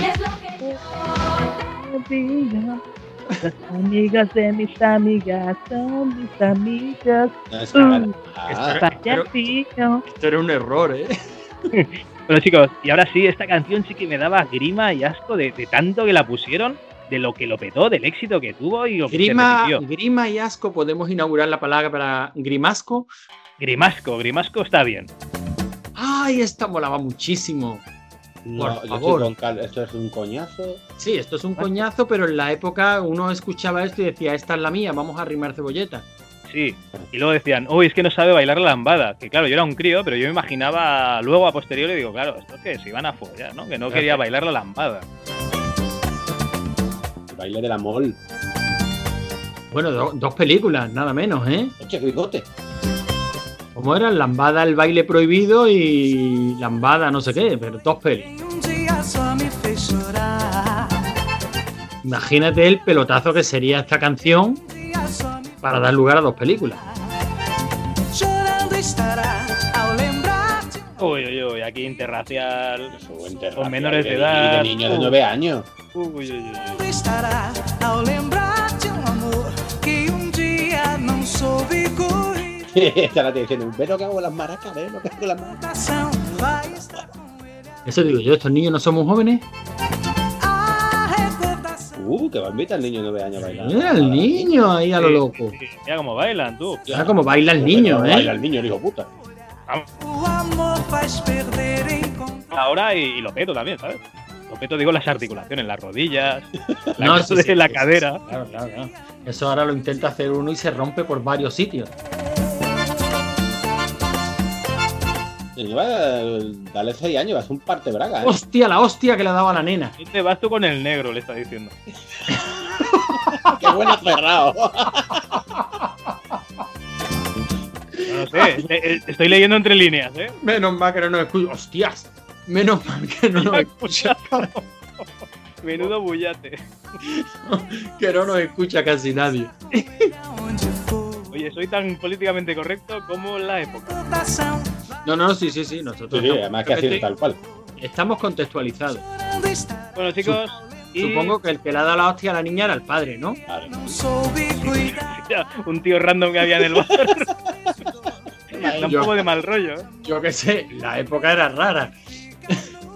Y es lo que yo te
Amigas de mis amigas son mis amigas.
No, es
Uh,
nada. Ah,
pero-
Payasito.
Esto era un error, ¿eh?
Bueno, chicos, y ahora sí, esta canción sí que me daba grima y asco de, de tanto que la pusieron, de lo que lo petó, del éxito que tuvo y lo que se
Grima,
repitió.
grima y asco, podemos inaugurar la palabra para grimasco.
Grimasco, Grimasco está bien.
¡Ay, esta molaba muchísimo!
no,
por
yo estoy
favor.
con Carlos, esto es un coñazo.
Sí, esto es un coñazo, pero en la época uno escuchaba esto y decía, esta es la mía, vamos a arrimar cebolleta.
Sí, y luego decían, uy, es que no sabe bailar la lambada. Que claro, yo era un crío, pero yo me imaginaba luego a posteriori, digo, claro, esto que se iban a follar, ¿no? Que no quería bailar la lambada.
El baile del amor.
Bueno, do- dos películas, nada menos, ¿eh?
Oye, qué bigote.
Como eran Lambada el baile prohibido y Lambada no sé qué, pero dos pelis.
Um dia só me fez chorar.
Imagínate el pelotazo que sería esta canción
Um dia só me
para dar lugar a dos películas.
chorando estará ao lembrar de
Uy, uy, uy, aquí interracial.
Eso, buen terracio,
Con menores
y
de edad.
Y de niños de
Uh.
nueve años.
Uy, uy, uy, uy.
chorando estará ao lembrar de um amor que um dia não soube correr.
Estará diciendo, ve lo que hago con las maracas, ve lo que hago con las maracas.
Coração vai estar com ele.
Eso digo yo, estos niños no somos jóvenes.
A recordação
Uh, que va a invitar al niño de nueve años a bailar.
Mira el niño ahí a lo
Sí,
loco.
sí, sí. Mira cómo bailan, tú.
Mira cómo baila el niño,
Baila
¿eh?
el niño, el hijo puta.
o amor faz perder em conta.
Ahora y, y lo peto también, ¿sabes? Lo peto, digo, las articulaciones, las rodillas, la,
No,
ca-
sí, sí,
la
sí,
cadera.
Claro, claro, claro. Eso ahora lo intenta hacer uno y se rompe por varios sitios.
El niño va a darle seis años, va a hacer un parte braga. ¿eh?
Hostia, la hostia que le ha dado a la nena.
Y te vas tú con el negro, le está diciendo.
¡Qué bueno cerrado!
No lo
Ah.
sé, este- eh, estoy leyendo entre líneas, ¿eh?
Menos mal que no nos escucha. ¡Hostias! Menos mal que no nos escucha,
Menudo bullate.
que no nos escucha casi nadie.
Onde for, Tá
Oye, soy tan políticamente correcto como la época.
coração
No, no, sí, sí, sí. Nosotros
Sí, sí,
estamos-
además que ha sido tal cual.
estamos contextualizados.
chorando estará.
Bueno, chicos, y-
Supongo que el que le ha dado la hostia a la niña era el padre, ¿no?
Claro.
Não soube cuidar.
un tío random que había en el bar. da un
Yo-
poco de mal rollo. ¿eh?
Yo qué sé, la época era rara.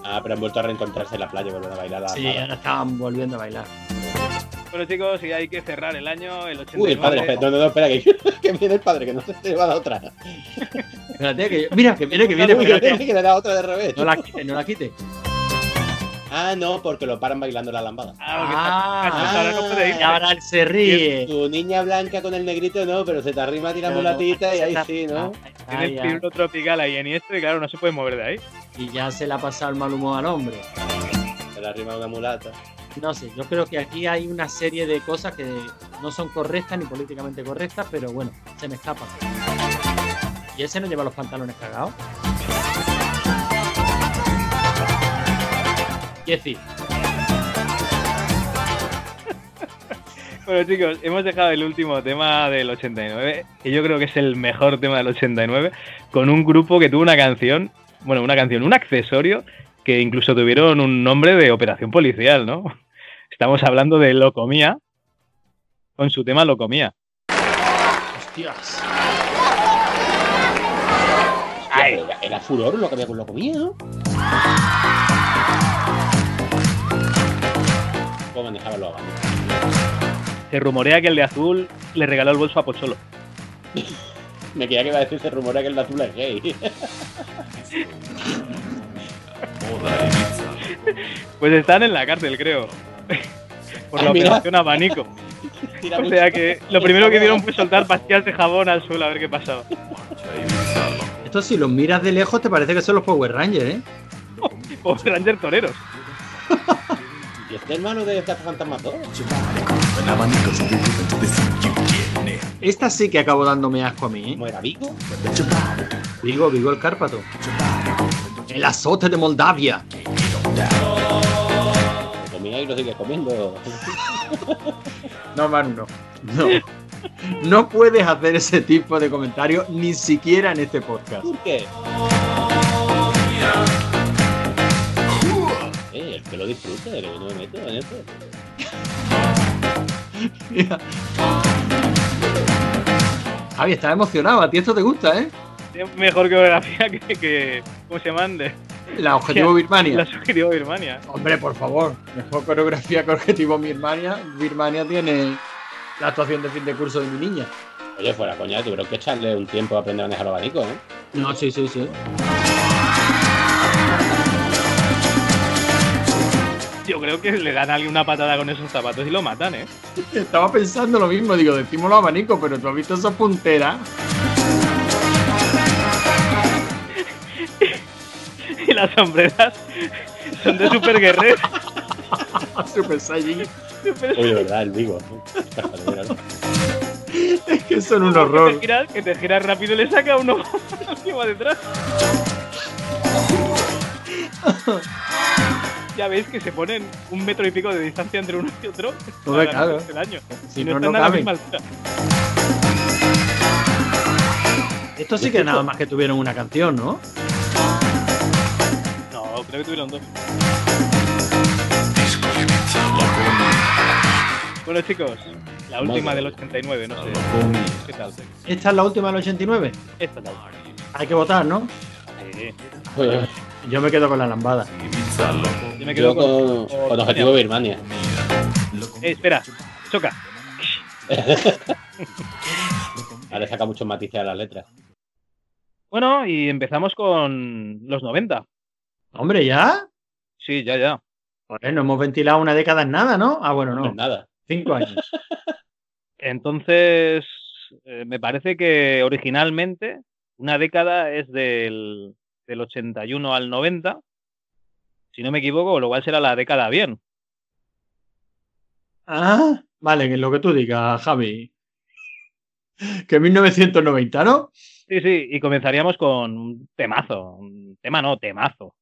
Ah, pero han vuelto a reencontrarse en la playa y volver a bailar. a la-
Sí, ahora estaban volviendo a bailar.
Bueno, chicos, y hay que cerrar el año, el 89.
Uy, el padre, espera, no, no, no, espera, que, que viene el padre, que no se te va a dar otra.
Espérate, que yo- mira, que viene, que viene,
Uy, que,
espérate.
le da otra de revés.
No la quite, no la quite.
Ah, no, porque lo paran bailando la lambada.
Ah, porque está-
Ah,
ahora no puede ir.
Y ahora él se ríe.
Tu niña blanca con el negrito no, pero se te arrima tira mulatita y ahí sí, ¿no?
Tiene
Ah,
el
ya.
fibro tropical ahí en esto y claro, no se puede mover de ahí.
Y ya se le ha pasado el mal humor al hombre.
Se le arrima una mulata.
No sé, yo creo que aquí hay una serie de cosas que no son correctas ni políticamente correctas, pero bueno, se me escapan. Y ese no lleva los pantalones cagados. Y decir,
Bueno, chicos, hemos dejado el último tema del 89, que yo creo que es el mejor tema del 89, con un grupo que tuvo una canción, bueno, una canción, un accesorio, que incluso tuvieron un nombre de operación policial, ¿no? Estamos hablando de Locomía, con su tema Locomía.
hostias.
Ay.
Pero Era, era furor lo que había con lo comía, ¿no? ¿Cómo manejaban los abanos?
Se rumorea que el de azul le regaló el bolso a Pocholo.
Me quería que iba a decir se rumorea que el de azul es gay.
Pues están en la cárcel, creo. Por la
Ah, mira.
operación abanico.
Tira
O
mucho.
sea que lo primero que hicieron fue soltar pastillas de jabón al suelo a ver qué pasaba.
Esto si los miras de lejos te parece que son los Power Rangers, ¿eh?
O Ranger Toreros.
Y este hermano de Fantasma 2.
Esta sí que acabo dándome asco a mí, ¿eh?
¿Cómo era Vico?
Vigo, Vigo el Cárpato. El azote de Moldavia.
Lo comía y lo sigue comiendo.
No, Manu, no. No. No puedes hacer ese tipo de comentarios ni siquiera en este podcast.
¿Por qué? Eh, el que lo disfrute, que yo no me meto en esto.
Javi, estás emocionado. A ti esto te gusta, ¿eh?
Es mejor coreografía que, que. ¿Cómo se llaman? De-
La Objetivo Birmania.
La subjetivo Birmania.
Hombre, por favor. Mejor coreografía que Objetivo Birmania. Birmania tiene la actuación de fin de curso de mi niña.
Oye, fuera coña, tuvieron que echarle un tiempo a aprender a manejar los abanicos, ¿eh?
No, sí, sí, sí.
Yo creo que le dan a alguien una patada con esos zapatos y lo matan, ¿eh?
Estaba pensando lo mismo. Digo, decimos los abanicos, pero tú has visto esa puntera.
Y las sombreras son de super guerreros.
Super Saiyajin.
Oye, verdad, el Vigo.
Es que son un horror.
Que te, giras, que te giras rápido y le saca uno que va detrás. ya veis que se ponen un metro y pico de distancia entre uno y otro.
Hombre,
para
claro.
ganarse El año.
Si
Y
no,
no,
no
están a la
caben.
misma altura.
Esto sí que nada más que tuvieron una canción, ¿no?
No, creo que tuvieron dos. Bueno, chicos, la última del 89, no sé. ¿Qué tal?
Esta es la última del 89.
Esta tal.
Hay que votar, ¿no?
Sí.
Yo me quedo con la lambada.
Yo me quedo
Yo
con.
con, con objetivo Birmania.
Eh, espera, choca.
Ahora saca muchos matices a las letras.
Bueno, y empezamos con los 90.
Hombre, ¿ya?
Sí, ya, ya.
Joder, no hemos ventilado una década en nada, ¿no? Ah, bueno,
No, es
no.
Pues nada.
Cinco años.
Entonces, eh, me parece que originalmente una década es del, del 81 al 90, si no me equivoco, lo cual será la década bien.
Ah, vale, que lo que tú digas, Javi. Que 1990, ¿no?
Sí, sí, y comenzaríamos con un temazo, un tema no, temazo.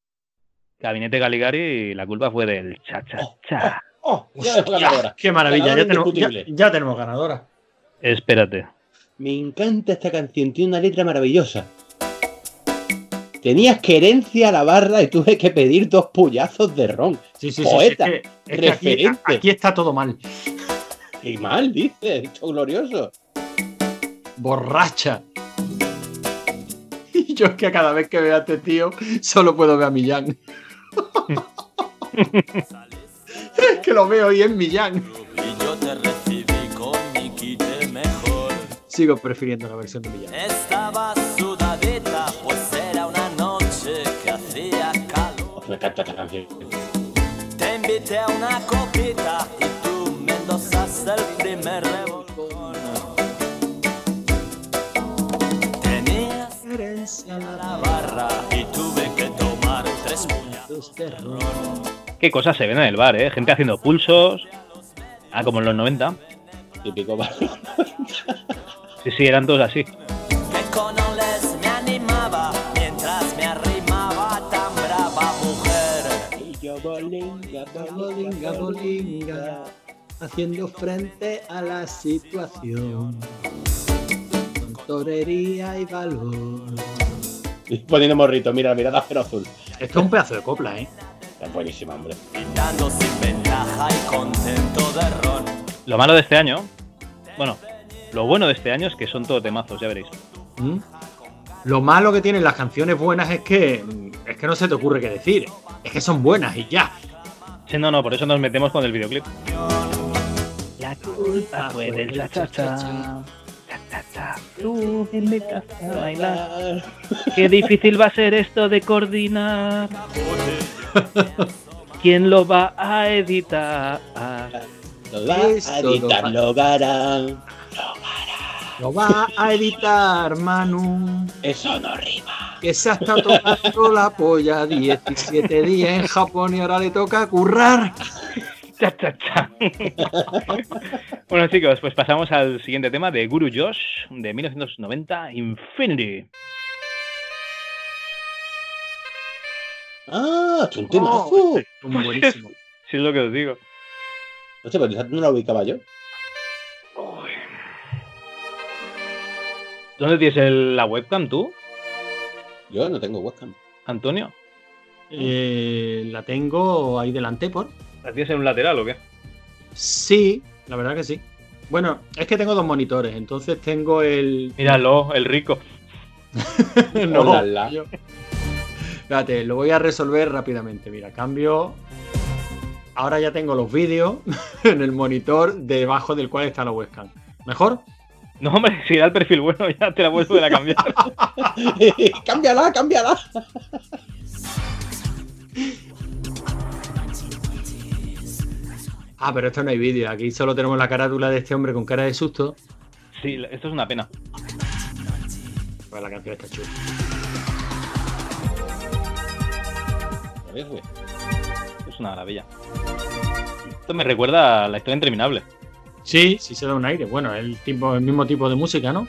Gabinete Caligari, y la culpa fue del cha-cha-cha.
¡Oh!
Ya vemos ganadora.
¡Qué maravilla! Ya
Ganadora
tenemos, ya,
indiscutible.
ya tenemos ganadora.
Espérate.
Me encanta esta canción, tiene una letra maravillosa. Tenías querencia a la barra y tuve que pedir dos puñazos de ron.
Sí, sí, sí.
Poeta,
sí, es que- es que aquí-
referente.
aquí, está todo mal.
¡Qué mal, dice! ¡Esto es glorioso!
Borracha. Y yo es que cada vez que veo a este tío, solo puedo ver a Millán. es que lo veo y es Millán.
Y yo te recibí con mi quite mejor.
Sigo prefiriendo la versión de Millán.
Estaba sudadita, pues era una noche que hacía calor.
Oh, Me encanta esta canción.
Te invité a una copita y tú me endosaste el primer revolcón. Tenías
Herencia
a la barra y tuve que tomar tres puñados.
Qué cosas se ven en el bar, ¿eh? Gente haciendo pulsos. Ah, como en los 90.
Típico bar.
Sí, sí, eran todos así.
Que con oles me animaba mientras me arrimaba tan brava mujer.
Bolinga, bolinga, haciendo frente a la situación. Con torería y valor.
Y Poniendo morrito, mira, la mirada pero azul.
Esto es un pedazo de copla, ¿eh?
Es buenísima, hombre.
Gritando sin ventaja y contento de ron.
Lo malo de este año, bueno, lo bueno de este año es que son todo temazos, ya veréis.
¿Mm? Lo malo que tienen las canciones buenas es que es que no se te ocurre qué decir. Es que son buenas y ya.
Sí, no, no, por eso nos metemos con el videoclip.
La culpa fue del cha-cha-cha. Tú que me casa a bailar.
Qué difícil va a ser esto de coordinar. ¿Quién lo va a editar?
Lo va a
Esto
editar,
no
lo harán.
Lo va a editar Manu,
Eso no rima.
que se ha estado tocando la polla 17 días en Japón y ahora le toca currar.
Cha, cha, cha. bueno, chicos, pues pasamos al siguiente tema de Guru Josh de 1990, Infinity.
¡Ah! ¡Es un temazo!
Oh, este es un buenísimo.
Si es lo que os digo.
Hostia, pero esa no la ubicaba yo.
¿Dónde tienes el- la webcam tú,
Yo no tengo webcam.
Antonio?
Eh, la tengo ahí delante por.
¿La tienes en un lateral o qué?
Sí, la verdad que sí. Bueno, es que tengo dos monitores, entonces tengo el.
Míralo, el rico.
no,
Olala.
yo- Espérate, lo voy a resolver rápidamente. Mira, cambio. Ahora ya tengo los vídeos en el monitor debajo del cual está la webcam. ¿Mejor?
No, hombre, si da el perfil bueno, ya te la vuelvo a cambiar.
cámbiala, cámbiala.
Ah, pero esto no hay vídeo. Aquí solo tenemos la carátula de este hombre con cara de susto.
Sí, esto es una pena.
Pues la canción está chula.
Es una maravilla. Esto me recuerda a la historia interminable.
Sí, sí se da un aire. Bueno, el, tipo, el mismo tipo de música, ¿no?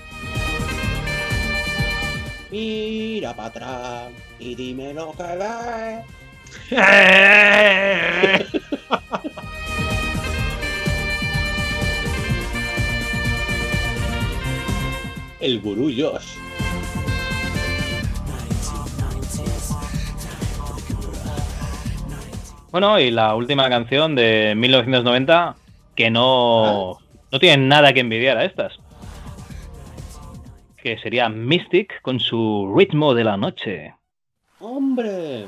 Mira para atrás y dime lo que ves. El gurú Josh.
Bueno, y la última canción de 1990 que no,
Ah.
no tiene nada que envidiar a estas. Que sería Mystic con su ritmo de la noche.
¡Hombre!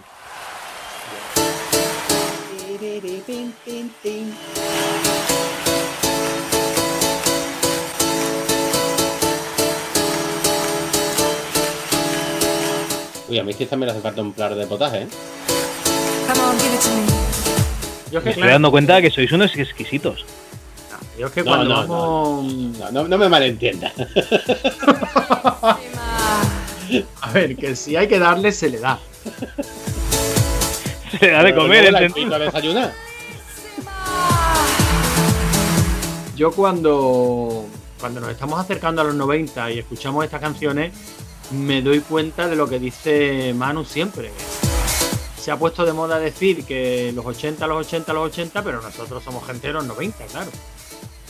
Uy, a mí sí también le hace falta un plan de potaje, ¿eh?
Yo es
Me estoy dando cuenta que sois unos exquisitos.
Yo es que
No,
cuando
no,
vamos.
Mm.
No, no, no me malentienda.
A ver, que si hay que darle, se le da.
Se da de comer, ¿eh?
Pero luego la
¿entendés?
invito a desayunar. Yo cuando, cuando nos estamos acercando a los 90 y escuchamos estas canciones, me doy cuenta de lo que dice Manu siempre. Se ha puesto de moda decir que los 80, los 80, los 80, pero nosotros somos gente de los 90, claro.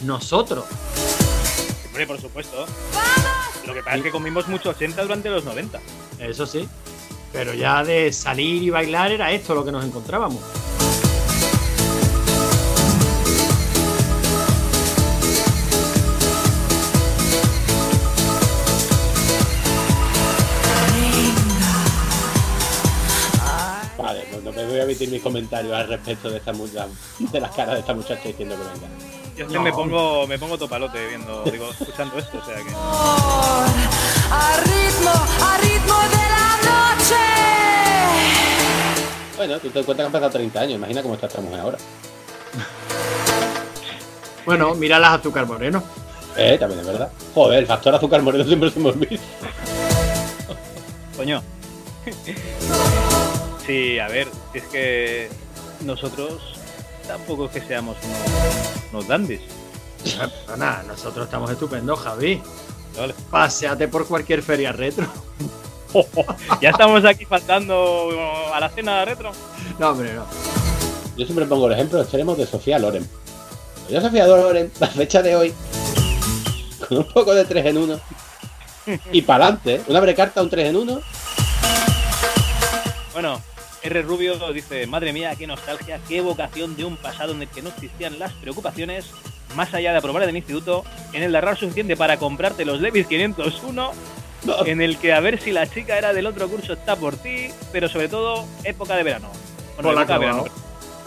Nosotros.
Hombre, por supuesto. Lo que pasa es que comimos mucho 80 durante los 90.
Eso sí. Pero ya de salir y bailar era esto lo que nos encontrábamos.
Vale, no, no me voy a emitir mis comentarios al respecto de esta mu- de las caras de esta muchacha diciendo que venga.
Yo es que me pongo, me pongo topalote viendo, digo, escuchando esto, o sea que.
A ritmo, a ritmo de la noche.
Bueno, tú te cuenta que han pasado 30 años, imagina cómo está esta mujer ahora.
Bueno, mira las azúcar moreno.
Eh, también es verdad. Joder, el factor azúcar moreno siempre se me olvida.
Coño. Sí, a ver, es que nosotros tampoco es que seamos unos, unos dandies.
Pero nada, nosotros estamos estupendos, Javi.
Vale.
Paseate por cualquier feria retro.
Ya estamos aquí faltando a la cena retro.
No, hombre, no.
Yo siempre pongo el ejemplo extremo de Sofía Loren. Yo, Sofía Loren, la fecha de hoy, con un poco de 3 en 1, y para adelante, una brecarta, un 3 en 1,
Bueno, R. Rubio dice, madre mía, qué nostalgia, qué evocación de un pasado en el que no existían las preocupaciones, más allá de aprobar en el instituto, en el de ahorrar suficiente para comprarte los Levis 501,
Oh.
en el que a ver si la chica era del otro curso está por ti, pero sobre todo época de verano. Bueno,
Pues la
época de
ha
verano.
clavado.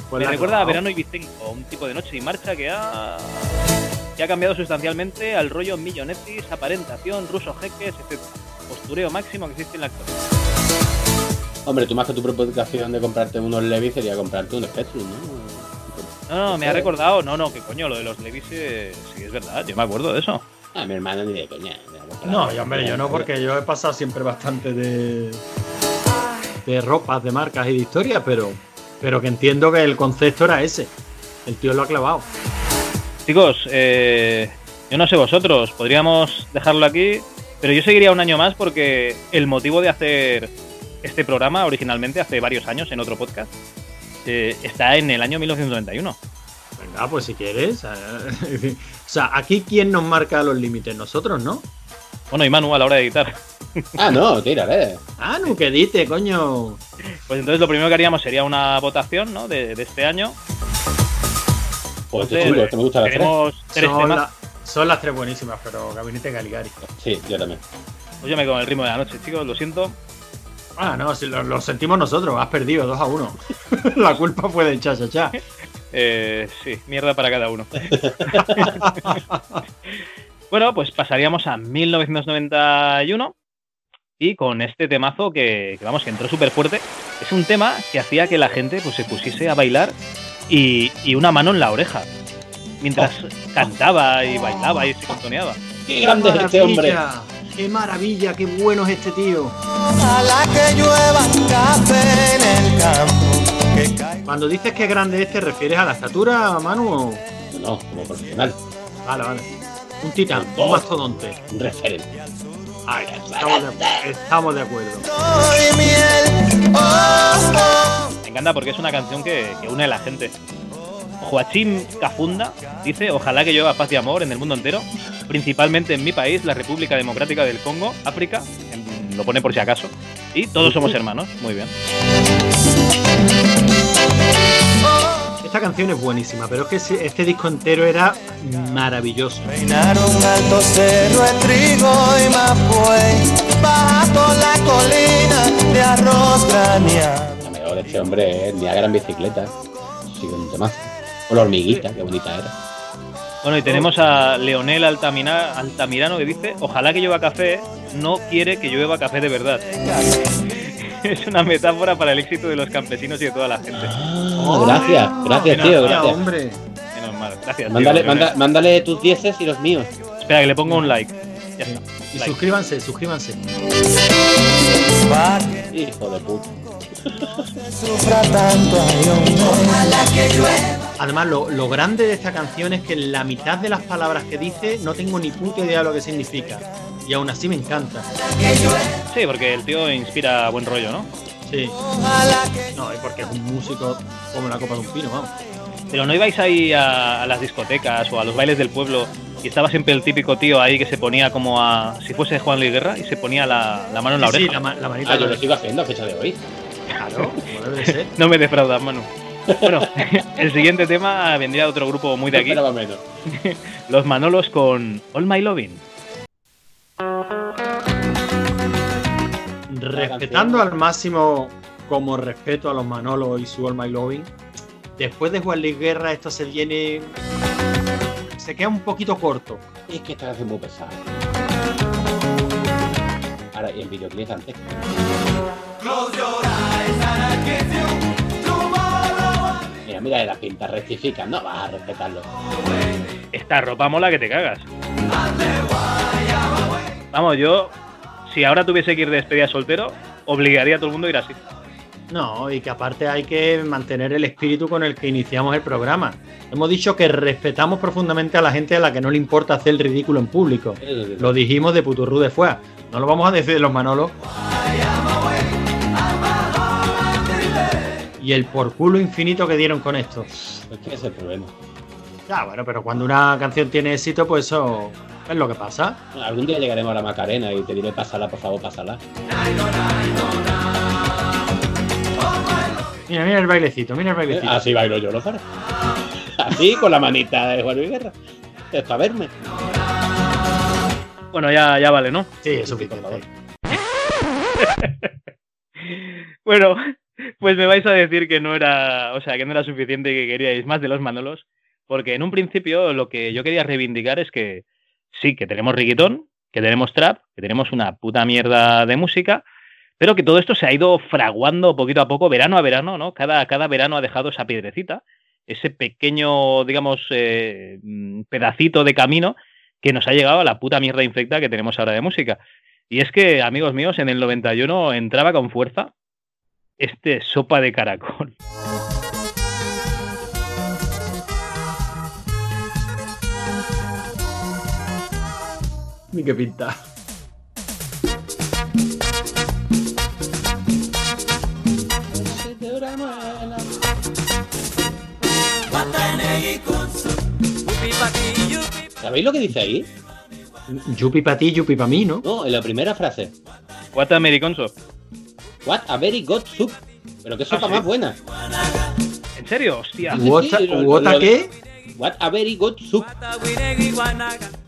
Pues
Me
la ha
recuerda a
clavado.
Verano Ibicenco, un tipo de noche y marcha que ha, que ha cambiado sustancialmente al rollo millonetis, aparentación, rusos jeques, etc. Postureo máximo que existe en la actualidad.
hombre, tú más que tu preocupación de comprarte unos Levi sería comprarte un Spectrum, ¿no?
No, no, me ha
Ustedes.
recordado. No, no, que coño, lo de los Levis eh, sí es verdad. Yo me acuerdo de eso.
Ah, mi hermano ni de coña.
No, yo, hombre, yo no, porque yo he pasado siempre bastante de. de ropas, de marcas y de historias, pero. pero que entiendo que el concepto era ese. El tío lo ha clavado.
Chicos, eh, yo no sé vosotros, podríamos dejarlo aquí, pero yo seguiría un año más porque el motivo de hacer este programa originalmente hace varios años en otro podcast eh, está en el año 1991.
Venga, pues si quieres. eh, o sea, aquí quién nos marca los límites, nosotros, ¿no?
Bueno, y Manu a la hora de editar.
Ah, no, tira, ver.
Ah, no, que dite, coño.
Pues entonces lo primero que haríamos sería una votación ¿no? de, de este año.
Pues
Entonces,
chulo, esto me gusta la
tenemos tres
Son
temas.
la- Son las tres buenísimas, pero Gabinete Caligari.
Sí, yo también.
Pues yo me con el ritmo de la noche, chicos, lo siento.
Ah, no, si lo, lo sentimos nosotros, has perdido 2 a 1. la culpa fue del cha cha cha.
Eh, sí, mierda para cada uno. bueno, pues pasaríamos a 1991 y con este temazo que, que vamos, que entró súper fuerte. Es un tema que hacía que la gente pues, se pusiese a bailar y, y una mano en la oreja. Mientras cantaba y bailaba y se contoneaba.
¡Qué grande es este hombre!
maravilla! ¡Qué maravilla! ¡Qué bueno es este tío!
Ojalá que llueva café en el campo. Que caiga.
Cuando dices que es grande es, ¿te refieres a la estatura, Manu? o-
No, como profesional.
Vale, vale. Un titán, un mastodonte.
Un referente.
Ay, estamos, de, estamos de acuerdo.
Soy miel. Oh, oh.
Me encanta porque es una canción que, que une a la gente. Joachim Cafunda dice, ojalá que llueva paz y amor en el mundo entero, principalmente en mi país, la República Democrática del Congo, África, em, lo pone por si acaso, y todos somos hermanos, muy bien.
Esta canción es buenísima, pero es que ese- este disco entero era maravilloso.
Peinaron alto cerro de trigo y mapué, bajando la colina de arroz graneado.
La mejor de este hombre es Niagara en bicicleta. Sigue un temazo. O la hormiguita, qué bonita era.
Bueno, y tenemos a Leonel Altamina- Altamirano que dice, ojalá que llueva café, no quiere que llueva café de verdad. Es una metáfora para el éxito de los campesinos y de toda la gente.
Ah, gracias, gracias, tío,
Mira,
gracias.
hombre.
Menos mal, gracias. tío,
Mándale,
Leonel.
manda- mándale tus dieces y los míos.
Espera, que le pongo un like. Ya está.
Y
Like.
suscríbanse, suscríbanse.
Pa' que
Hijo de puta.
sufra tanto hay un
Además, lo, lo grande de esta canción es que la mitad de las palabras que dice no tengo ni puta idea de lo que significa. Y aún así me encanta.
Sí, porque el tío inspira buen rollo, ¿no?
Sí.
ojalá que
No, y porque es un músico como la copa de un pino, vamos.
Pero no ibais ahí a, a las discotecas o a los bailes del pueblo y estaba siempre el típico tío ahí que se ponía como a. si fuese Juan Luis Guerra y se ponía la, la mano en la
Sí,
oreja.
sí, la, ma- la manita.
Ah, yo lo sigo haciendo a fecha de hoy.
Claro, como debe de ser.
No me defraudas, Manu. Bueno, el siguiente tema vendría de otro grupo muy de
No
aquí,
esperaba menos.
los Manolos con All My Lovin'.
Respetando al máximo como respeto a los Manolos y su All My Loving, después de Juan Luis Guerra esto se viene... Se queda un poquito corto.
Es que esta canción es muy pesada. Ahora, y el videoclip antes. Mira, mira de la pinta, rectifica, no vas a respetarlo.
Esta ropa mola que te cagas. Vamos, yo, si ahora tuviese que ir de despedida soltero, obligaría a todo el mundo a ir así.
No, y que aparte hay que mantener el espíritu con el que iniciamos el programa. Hemos dicho que respetamos profundamente a la gente a la que no le importa hacer el ridículo en público. Lo dijimos de Puturru de Fuera. No lo vamos a decir de los Manolos. Y el por culo infinito que dieron con esto.
Es que ese es el problema.
Ya, bueno, pero cuando una canción tiene éxito, pues eso es lo que pasa.
Algún día llegaremos a la Macarena y te diré, pásala, por favor, pásala.
Mira, mira el bailecito, mira el bailecito.
Así bailo yo, lo para. Así, con la manita de Juan Luis Guerra. Es para verme.
Bueno, ya, ya vale, ¿no?
Sí, es
Sí, por favor.
suficiente.
Bueno, pues me vais a decir que no era, o sea, que no era suficiente y que queríais más de los Manolos, porque en un principio lo que yo quería reivindicar es que sí, que tenemos reggaetón, que tenemos trap, que tenemos una puta mierda de música, pero que todo esto se ha ido fraguando poquito a poco, verano a verano, ¿no? Cada, cada verano ha dejado esa piedrecita, ese pequeño, digamos, eh, mm, pedacito de camino que nos ha llegado a la puta mierda infecta que tenemos ahora de música. Y es que, amigos míos, en el 91 entraba con fuerza este sopa de caracol.
Ni qué pinta.
¿Sabéis lo que dice ahí?
Yupi pa' ti, yupi pa' mí, ¿no?
No, en la primera frase.
What Americonso.
What a very good soup. Pero qué sopa
sí.
más buena.
¿En serio? Hostia.
sí,
¿Wota
lo-
wota
lo-
qué?
What a very good soup.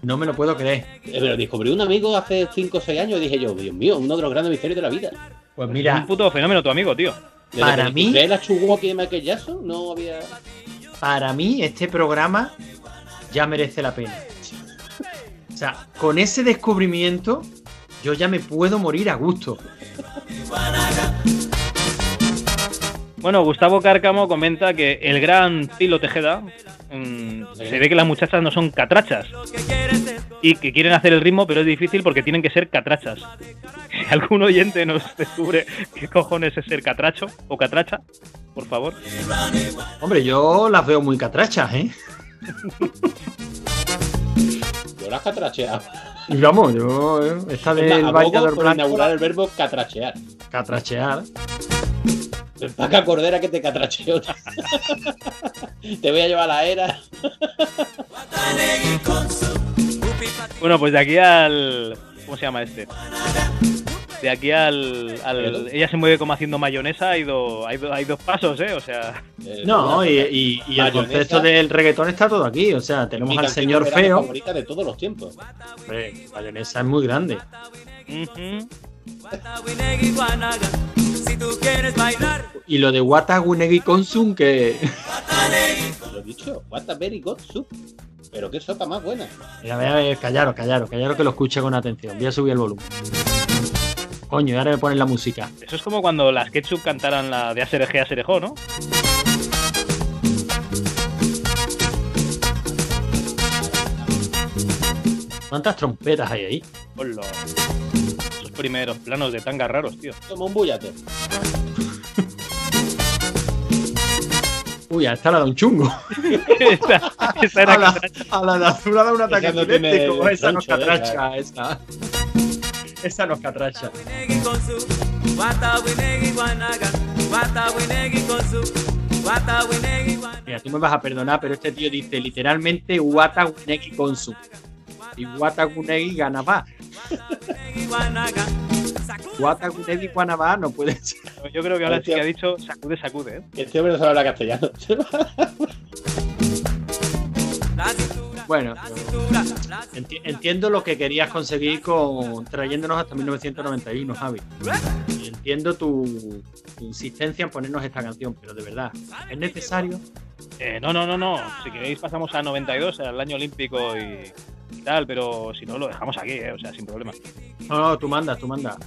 No me lo puedo creer.
Me lo Eh, descubrí un amigo hace 5 o 6 años y dije yo, Dios mío, uno de los grandes misterios de la vida.
Pues mira.
Un puto fenómeno tu amigo, tío.
Desde
Para
que
mí-
descubrí la Chewbacca de Michael Jackson, no había.
Para mí, este programa ya merece la pena. O sea, con ese descubrimiento, yo ya me puedo morir a gusto.
Bueno, Gustavo Cárcamo comenta que el gran Tilo Tejeda mm, se ve que las muchachas no son catrachas y que quieren hacer el ritmo, pero es difícil porque tienen que ser catrachas. Si algún oyente nos descubre qué cojones es ser catracho o catracha, por favor.
Hombre, yo las veo muy catrachas, ¿eh?
Yo las catracheaba.
Y vamos, yo. eh, Esta
Es más,
del
abogo
bañador
por
blanco.
inaugurar el verbo catrachear.
Catrachear.
Paca Cordera que te catracheo. te voy a llevar a la era.
Bueno, pues de aquí al. ¿Cómo se llama este? De aquí al. al- ella se mueve como haciendo mayonesa, hay, do- hay, do- hay dos pasos, ¿eh? O sea.
No, y, y- y el
Mayonesa.
concepto del reggaetón está todo aquí. O sea, tenemos
Mi
al
canción
señor
verano
feo.
favorita de todos los tiempos. Pues
Hombre, mayonesa es muy grande.
Ujú.
Si tú quieres bailar,
Y lo de Watagunegi Konsum, que.
Lo he dicho, what a very good soup. Pero qué sopa más buena.
Mira, a ver, a ver, callaros, callaros, callaros que lo escuche con atención. Voy a subir el volumen. Coño, y ahora me ponen la música.
Eso es como cuando las Ketchup cantaran la de Asereje, Aserejo, ¿no?
¿Cuántas trompetas hay ahí?
Con los, esos primeros planos de tanga raros, tío.
Toma un bullate.
Uy, a esta la da un chungo.
esa,
era a, la, a la de azul le ha dado un ataque
no tiene
epiléptico. Esa no es
troncho, ¿eh?
catracha, esa. Esa no es catracha.
Winegi con su Guata Winegi Guanaga Guata Winegi con su Guata Winegi Guanaga
Mira, tú me vas a perdonar, pero este tío dice literalmente Watagunegi Konsum. Y Watagunegi Ganabá. Watagunegi Guanabá no puede ser.
Yo creo que ahora sí que ha dicho sacude, sacude, ¿eh?
Este hombre no sabe hablar castellano.
Bueno, enti- entiendo lo que querías conseguir con trayéndonos hasta 1991, Javi. Y entiendo tu, tu insistencia en ponernos esta canción, pero de verdad, ¿es necesario?
Eh, No, no, no, no. Si queréis pasamos a 92, al año olímpico y, y tal, pero si no lo dejamos aquí, ¿eh? O sea, sin problema.
No, no, tú mandas, tú mandas.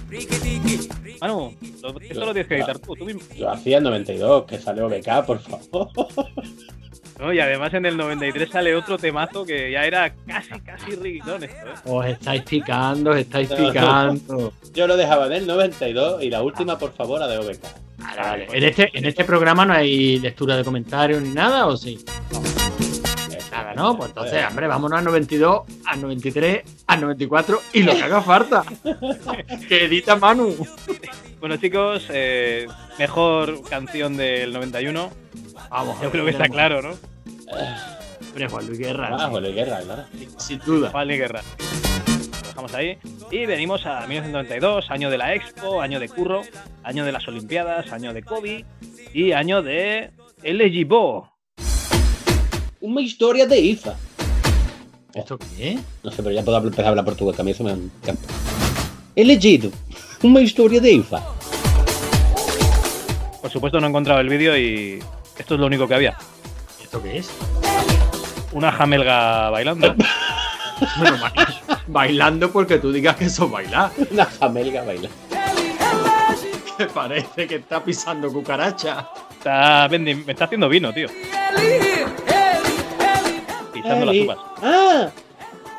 Manu, lo- esto lo tienes que editar tú, tú mismo.
Lo hacía en 92, que salió BK, por favor.
No, y además en el 93 sale otro temazo que ya era casi, casi riguitón esto, ¿eh?
Os estáis picando, os estáis
No.
picando.
Yo lo dejaba en el 92 y la última, por favor, la de OBK.
Vale, vale. En este, en este programa no hay lectura de comentarios ni nada, ¿o sí? Nada, ¿no? Pues entonces, hombre, vámonos a 92, a 93, a 94 y lo que haga falta. que edita Manu.
Bueno, chicos, eh, mejor canción del 91.
Vamos,
Yo creo que está claro, ¿no?
Hombre, Juan Luis Guerra.
Ah, Juan Luis Guerra, claro.
Sin duda.
Juan Luis Guerra. Lo dejamos ahí. Y venimos a 1992, año de la Expo, año de Curro, año de las Olimpiadas, año de Kobe y año de LGBO.
Una historia de IFA.
¿Esto qué es?
No sé, pero ya puedo hablar- empezar a hablar portugués, que a mí eso me encanta. He leído una historia de IFA.
Por supuesto no he encontrado el vídeo y esto es lo único que había.
¿Esto qué es?
Una jamelga bailando.
Bueno, ba- bailando porque tú digas que eso es bailar.
Una jamelga baila.
Que parece que está pisando cucaracha.
Está vendi- me está haciendo vino, tío. Pisando las
Eli.
uvas.
¡Ah!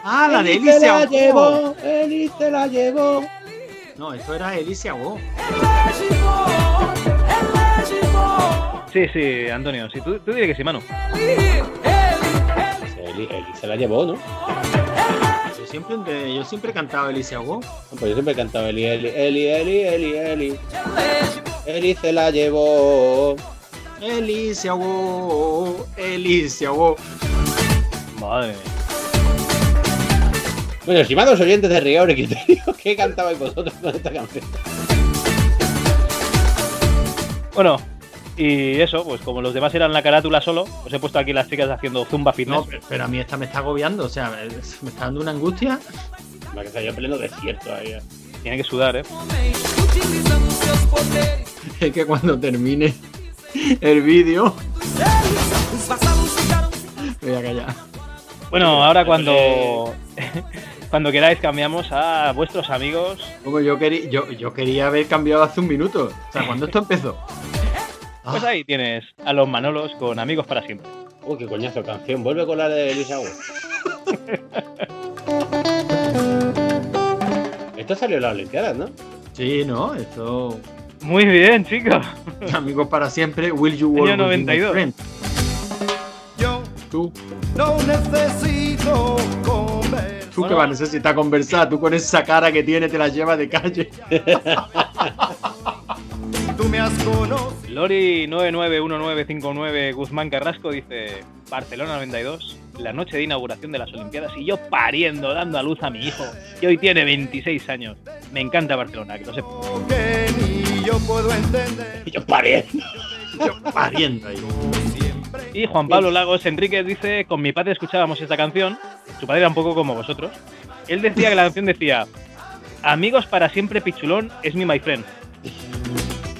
Ah, la de
Eli se
Elisa
la
Go.
llevó, Eli se la llevó.
No, esto era Elisa Go.
Sí, sí, Antonio. Sí, tú, tú dile que sí, Manu.
Pues Eli, Eli se la llevó, ¿no?
Yo siempre, yo siempre he cantado Elisa Go.
Pues yo siempre he cantado Eli, Eli, Eli, Eli, Eli, Eli. Eli se la llevó.
Elisa Go. Elisa Go.
Madre mía.
Bueno, estimados oyentes de Rigor y Criterio, ¿qué cantabais vosotros con esta canción?
Bueno, Y eso, pues como los demás eran la carátula solo, os he puesto aquí las chicas haciendo zumba fitness.
No, pero, pero a mí esta me está agobiando, o sea, me, me está dando una angustia.
La que se yo pleno desierto ahí. eh.
Tiene que sudar, ¿eh?
Es que cuando termine el vídeo. Me voy a callar.
Bueno, ahora cuando, cuando queráis cambiamos a vuestros amigos.
Como yo, quería yo, yo quería haber cambiado hace un minuto. O sea, cuando esto empezó.
Pues ahí tienes a los Manolos con Amigos para siempre.
Uy, qué coñazo canción. Vuelve con la de Luis Agua. Esto salió en las Olimpiadas, ¿no?
Sí, no, esto.
Muy bien, chicos.
Amigos para siempre, Will You Work
Año 92.
Yo. Tú,
No necesito comer.
tú que vas a necesitar conversar, tú con esa cara que tiene te la llevas de calle.
Tú me has conocido.
Lori991959 Guzmán Carrasco dice Barcelona 92, la noche de inauguración de las Olimpiadas y yo pariendo, dando a luz a mi hijo, que hoy tiene 26 años. Me encanta Barcelona, que lo sepa.
que ni yo puedo entender.
Yo paré.
Yo pariendo ahí.
Y Juan Pablo Lagos Enríquez dice, con mi padre escuchábamos esta canción, su padre era un poco como vosotros, él decía que la canción decía, amigos para siempre Pichulón es mi my friend.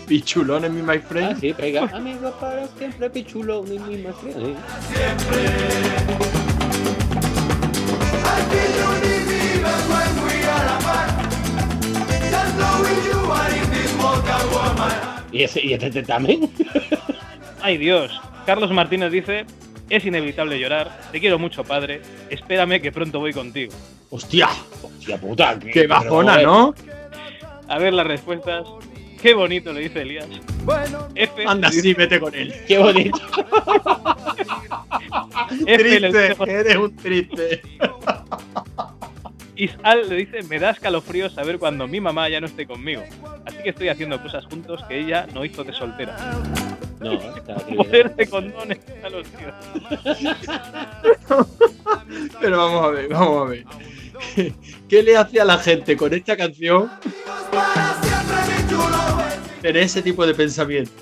Pichulón en mi my
Ah,
friend.
sí, pega. Amigo para siempre, pichulo, mi ¿eh? misma friend. ¿Y, ese, y este también.
Ay Dios, Carlos Martínez dice, es inevitable llorar, te quiero mucho padre, espérame que pronto voy contigo.
¡Hostia!
Hostia puta.
¡Qué bajona,
pero,
¿no?
A ver las respuestas. Qué bonito, le dice Elías.
Bueno,
F,
Anda,
le
sí,
dice-
vete con él.
Qué bonito.
F le dice
Triste,
José-
eres un triste.
Isal le dice, me da escalofrío saber cuando mi mamá ya no esté conmigo. Así que estoy haciendo cosas juntos que ella no hizo de soltera.
No, está
Poder de condones a los tíos.
Pero vamos a ver, vamos a ver. ¿Qué, qué le hace a la gente con esta canción tener ese tipo de pensamiento?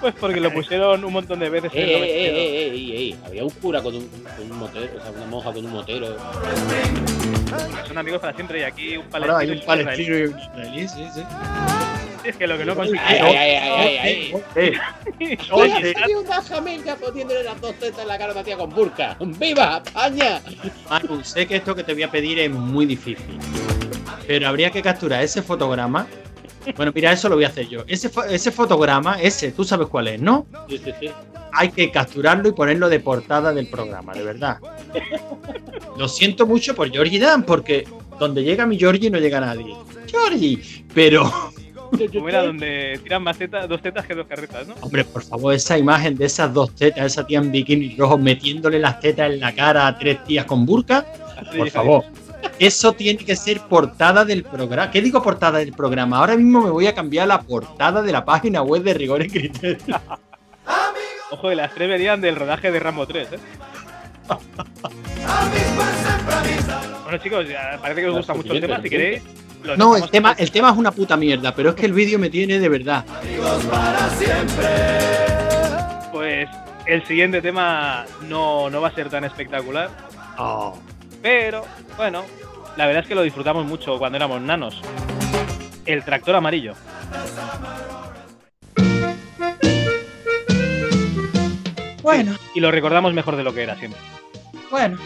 Pues porque lo pusieron un montón de veces
Eh,
en el
eh, eh,
92.
eh, eh, eh, eh. Había un cura con un, con un motero, o sea, una monja con un motero.
Son amigos para siempre y aquí un palestino.
Ahora hay
y
un
un
palestino y un israelí, sí, sí.
israelí. Es que lo que no
Ay,
consiguieron.
ay, ay, ay, ay, ay.
Eh,
Oye,
Oye.
hay una jamelga poniéndole las dos tetas en la cara a una tía con burka. ¡Viva España!
Manu, sé que esto que te voy a pedir es muy difícil, pero habría que capturar ese fotograma. Bueno, mira, eso lo voy a hacer yo. Ese, fo- ese fotograma, ese, tú sabes cuál es, ¿no?
Sí, sí, sí.
Hay que capturarlo y ponerlo de portada del programa, de verdad. Lo siento mucho por Georgie Dan, porque donde llega mi Georgie no llega nadie. Georgie, pero,
Como era donde tiran más tetas, dos tetas que dos carretas, ¿no?
hombre, por favor, esa imagen de esas dos tetas, esa tía en bikini rojo metiéndole las tetas en la cara a tres tías con burka,
Así
Por
dije,
favor. Eso tiene que ser portada del programa. ¿Qué digo portada del programa? Ahora mismo me voy a cambiar la portada de la página web de Rigor en Criterio.
Ojo, y las tres venían del rodaje de Rambo 3, ¿eh? Bueno, chicos, ya parece que os
Las
gusta mucho el tema. Si
suficientes,
queréis, lo
No, el
dejamos-
tema, el tema es una puta mierda, pero es que el vídeo me tiene de verdad.
Pues el siguiente tema no, no va a ser tan espectacular.
Oh,
Pero, bueno, la verdad es que lo disfrutamos mucho cuando éramos nanos. El tractor amarillo.
Bueno,
Y lo recordamos mejor de lo que era siempre.
bueno.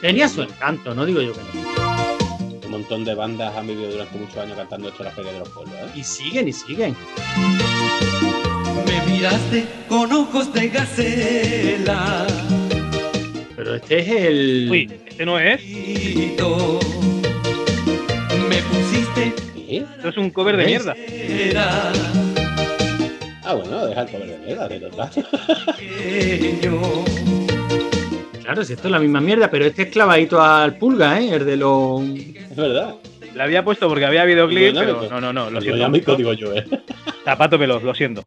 Tenía su encanto, no digo yo que no.
Un montón de bandas han vivido durante muchos años cantando esto en las ferias de los pueblos, ¿eh?
Y siguen y siguen.
Me miraste con ojos de gacela.
Pero este es el.
Uy, este no es.
Me pusiste
¿Qué?
Esto es un cover de
¿Ves?
mierda.
era
Ah, bueno, deja el cover de mierda, de total.
pequeño.
Claro, si esto es la misma mierda, pero este es clavadito al pulga, ¿eh? El de los.
Es verdad.
La había puesto porque había videoclip,
Dinámico.
pero no, no, no, lo
Yo
siento.
ya me
mucho.
digo yo, ¿eh?
Zapato veloz, lo siento.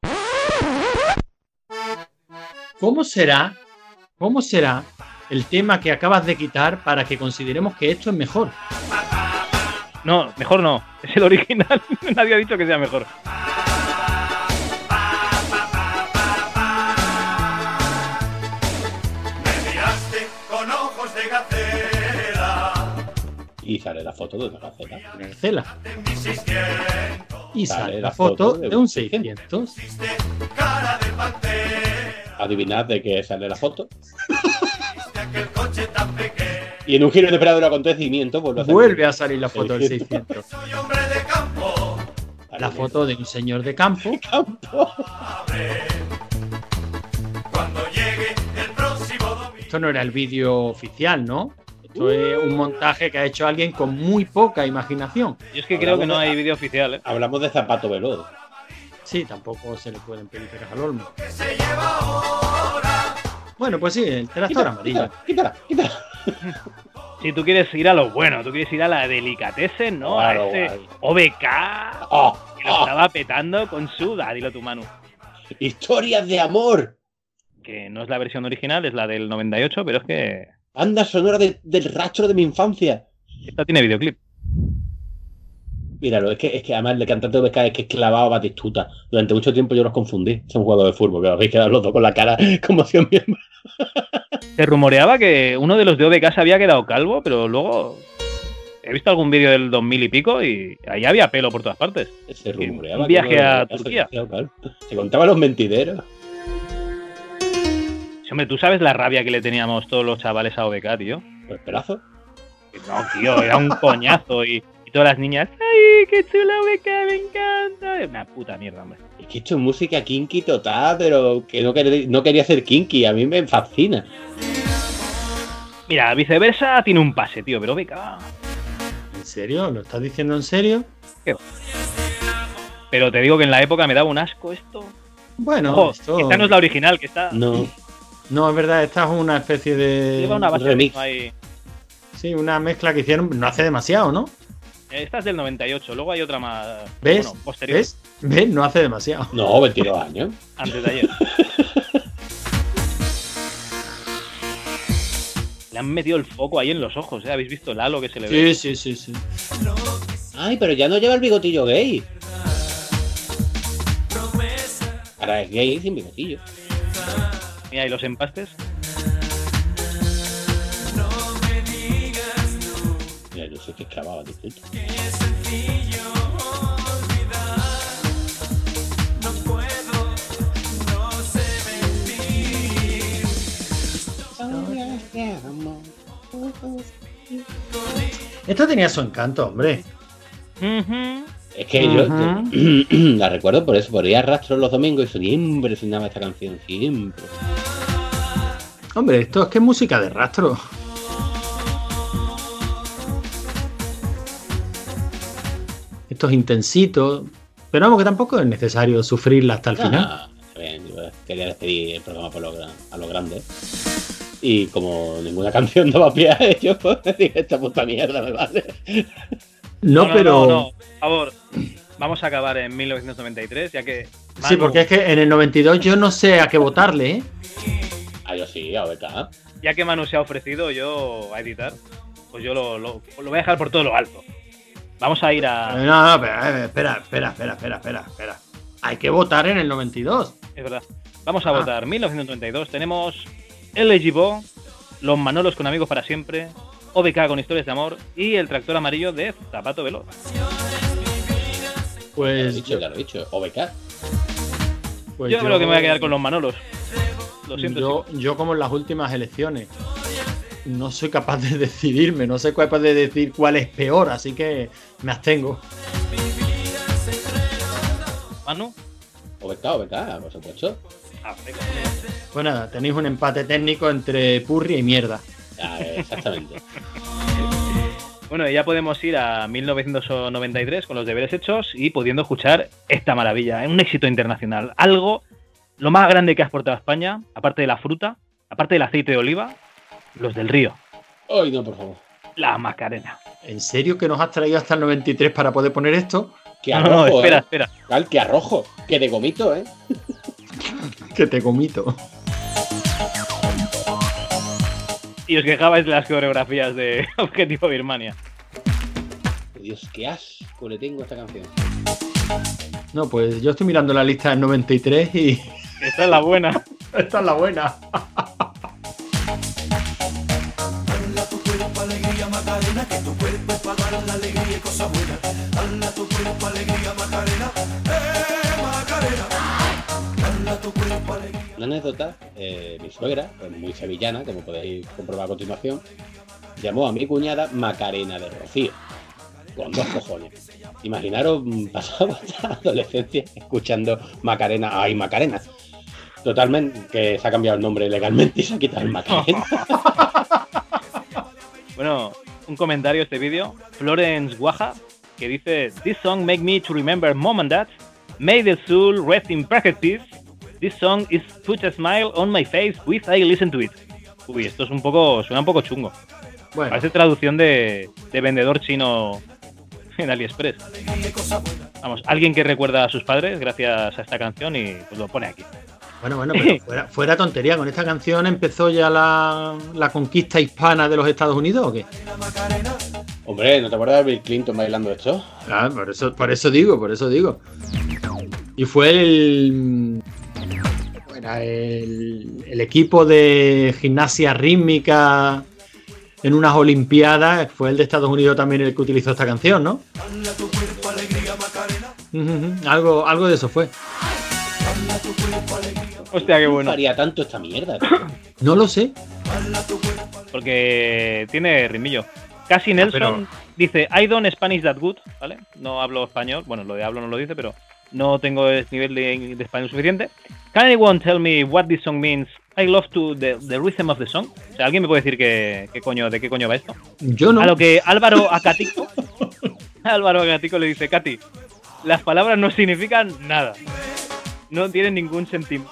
¿Cómo será? ¿Cómo será el tema que acabas de quitar para que consideremos que esto es mejor?
No, mejor no. Es el original. Nadie ha dicho que sea mejor.
Y sale la foto de una gacela.
Cela. Y sale la foto de un 600.
Adivinad de qué sale la foto. y en un giro inesperado del acontecimiento vuelve a salir.
Vuelve a salir la foto del 600. La
Vale.
foto de un señor de campo.
Ah,
Esto no era el vídeo oficial, ¿no? Esto es un montaje que ha hecho alguien con muy poca imaginación.
Yo es que creo que no hay vídeo oficial, ¿eh?
Hablamos de zapato veloz.
Sí, tampoco se le pueden pedir pegas al olmo. Bueno, pues sí, el tractor
Quítala,
amarillo.
Quítala, quítala.
Si tú quieres ir a lo bueno, tú quieres ir a la delicatessen, ¿no?
Claro,
a ese
guay.
OBK
Oh,
que lo estaba petando con su Dilo tu Manu.
Historias de amor.
Que no es la versión original, es la del 98, pero es que
Banda sonora de- del rastro de mi infancia.
esta tiene videoclip.
Míralo, es que, es que además el cantante de Pesca es que es clavado a Batistuta. Durante mucho tiempo yo los confundí. Son jugadores de fútbol, que habéis quedado los dos con la cara como si un miembro.
Se rumoreaba que uno de los de OBK se había quedado calvo, pero luego he visto algún vídeo del 2000 y pico y ahí había pelo por todas partes.
Se rumoreaba.
Un viaje
que uno de
a
los de Pesca
Turquía.
se quedó calvo. Se contaban los mentideros.
Sí, hombre, tú sabes la rabia que le teníamos todos los chavales a OBK, tío.
Pues pelazo.
No, tío, era un coñazo y, y todas las niñas, ¡ay, qué chula OBK, me encanta! Una puta mierda, hombre.
Es que esto es música kinky total, pero que no, quer- no quería ser kinky. A mí me fascina.
Mira, viceversa tiene un pase, tío, pero OBK...
¿En serio? ¿Lo estás diciendo en serio?
Pero te digo que en la época me daba un asco esto.
Bueno,
Ojo,
esto-
que esta no es la original, que está...
No.
No, es verdad, esta es una especie de.
lleva una base
remix.
no hay- eh,
Sí, una mezcla que hicieron no hace demasiado, ¿no?
Esta es del 98, luego hay otra más...
¿Ves?
Bueno, posterior,
¿Ves? ¿Ves? No hace demasiado.
No, 22 años.
antes de ayer. Le han metido el foco ahí en los ojos, ¿eh? ¿Habéis visto el halo que se le ve?
Sí, sí, sí, sí.
Ay, pero ya no lleva el bigotillo gay. Ahora es gay sin bigotillo.
Mira, y los empastes.
Mira, yo sé que es clavado a Batistuta.
Esto tenía su encanto, hombre.
Es que yo
Ajá.
yo la recuerdo por eso, por ir a rastro los domingos y siempre sonaba esta canción, siempre.
Hombre, esto es que es música de rastro. Esto es intensito. Pero vamos, que tampoco es necesario sufrirla hasta el final.
Ah, está bien, yo quería despedir el programa por lo gran- a lo grande. Y como ninguna canción daba pie a ello, pues dije, esta puta mierda me vale.
No,
No,
pero.
no, por favor. Vamos a acabar en 1993, ya que.
Sí, porque es que en el 92 yo no sé a qué votarle, ¿eh?
Ah, yo sí, a OBK.
Ya que Manu se ha ofrecido yo a editar, pues yo lo, lo- lo voy a dejar por todo lo alto. Vamos a ir a.
No, no, pero, eh, espera, espera, espera, espera, espera, espera. Hay que votar en el 92.
Es verdad. Vamos a
Eh. Ah.
votar. 1932 tenemos Elegibo, Los Manolos con Amigos para Siempre, OBK con Historias de Amor y El Tractor Amarillo de Zapato Veloz.
Ya lo he
Pues
dicho, ya lo he dicho. OBK.
pues
yo, creo que me voy a quedar con Los Manolos. Lo siento.
yo, yo como en las últimas elecciones no soy capaz de decidirme, no soy capaz de decir cuál es peor, así que me abstengo.
chicos. Manu.
OBK, OBK, por supuesto.
Ah, venga.
Pues nada, tenéis un empate técnico entre purria y mierda.
Ah, exactamente.
Bueno, y ya podemos ir a 1993 con los deberes hechos y pudiendo escuchar esta maravilla, ¿eh? un éxito internacional. Algo, lo más grande que has portado a España, aparte de la fruta, aparte del aceite de oliva, los del río,
Hoy no, por favor.
la Macarena.
¿En serio que nos has traído hasta el 93 para poder poner esto?
Que
No,
arrojo,
no, espera,
eh.
espera.
Cal, que arrojo. Que de gomito, eh.
Que te comito.
Y os quejabais de las coreografías de Objetivo Birmania.
Dios, qué asco le tengo a esta canción.
No, pues yo estoy mirando la lista del 93 y
Esta es la buena.
esta es la buena.
Macarena, que tu cuerpo para la alegría y cosa buena. Hala tu cuerpo, alegría, Macarena, eh, Macarena. Hala tu cuerpo, alegría.
Una anécdota, eh, mi suegra, es muy sevillana, como podéis comprobar a continuación, llamó a mi cuñada Macarena de Rocío, con dos cojones. Imaginaros, mm, pasaba la adolescencia escuchando Macarena, ay Macarena. Totalmente, que se ha cambiado el nombre legalmente y se ha quitado el Macarena.
Bueno, un comentario a este vídeo. Florence Guaja, que dice: This song make me to remember mom and dad. May the soul rest in perfect peace. This song is put a smile on my face with I listen to it. Uy, esto es un poco, suena un poco chungo.
Bueno.
Parece traducción de, de vendedor chino en AliExpress. Vamos, alguien que recuerda a sus padres gracias a esta canción y pues lo pone aquí.
Bueno, bueno, pero fuera, fuera tontería, con esta canción empezó ya la, la conquista hispana de los Estados Unidos o qué?
Hombre, ¿no te acuerdas de Bill Clinton bailando esto?
Ah, por eso, por eso digo, por eso digo. Y fue el. bueno, el, el equipo de gimnasia rítmica en unas Olimpiadas. Fue el de Estados Unidos también el que utilizó esta canción, ¿no?
Hala tu cuerpo, alegría, Macarena.
Ujú, ujú, Algo, algo de eso fue.
Hala tu cuerpo, alegría.
Hostia, qué bueno.
haría tanto esta mierda?
No lo sé.
Porque tiene rimillo. Casi Nelson
pero-
dice, I don't Spanish that good, ¿vale? No hablo español, bueno, lo de hablo no lo dice, pero no tengo el nivel de, de español suficiente. Can anyone tell me what this song means? I love to the, the rhythm of the song. O sea, ¿alguien me puede decir qué, qué coño, de qué coño va esto?
Yo no.
A lo que Álvaro Acatico, Álvaro Acatico le dice, Katy, las palabras no significan nada. No tienen ningún sentido,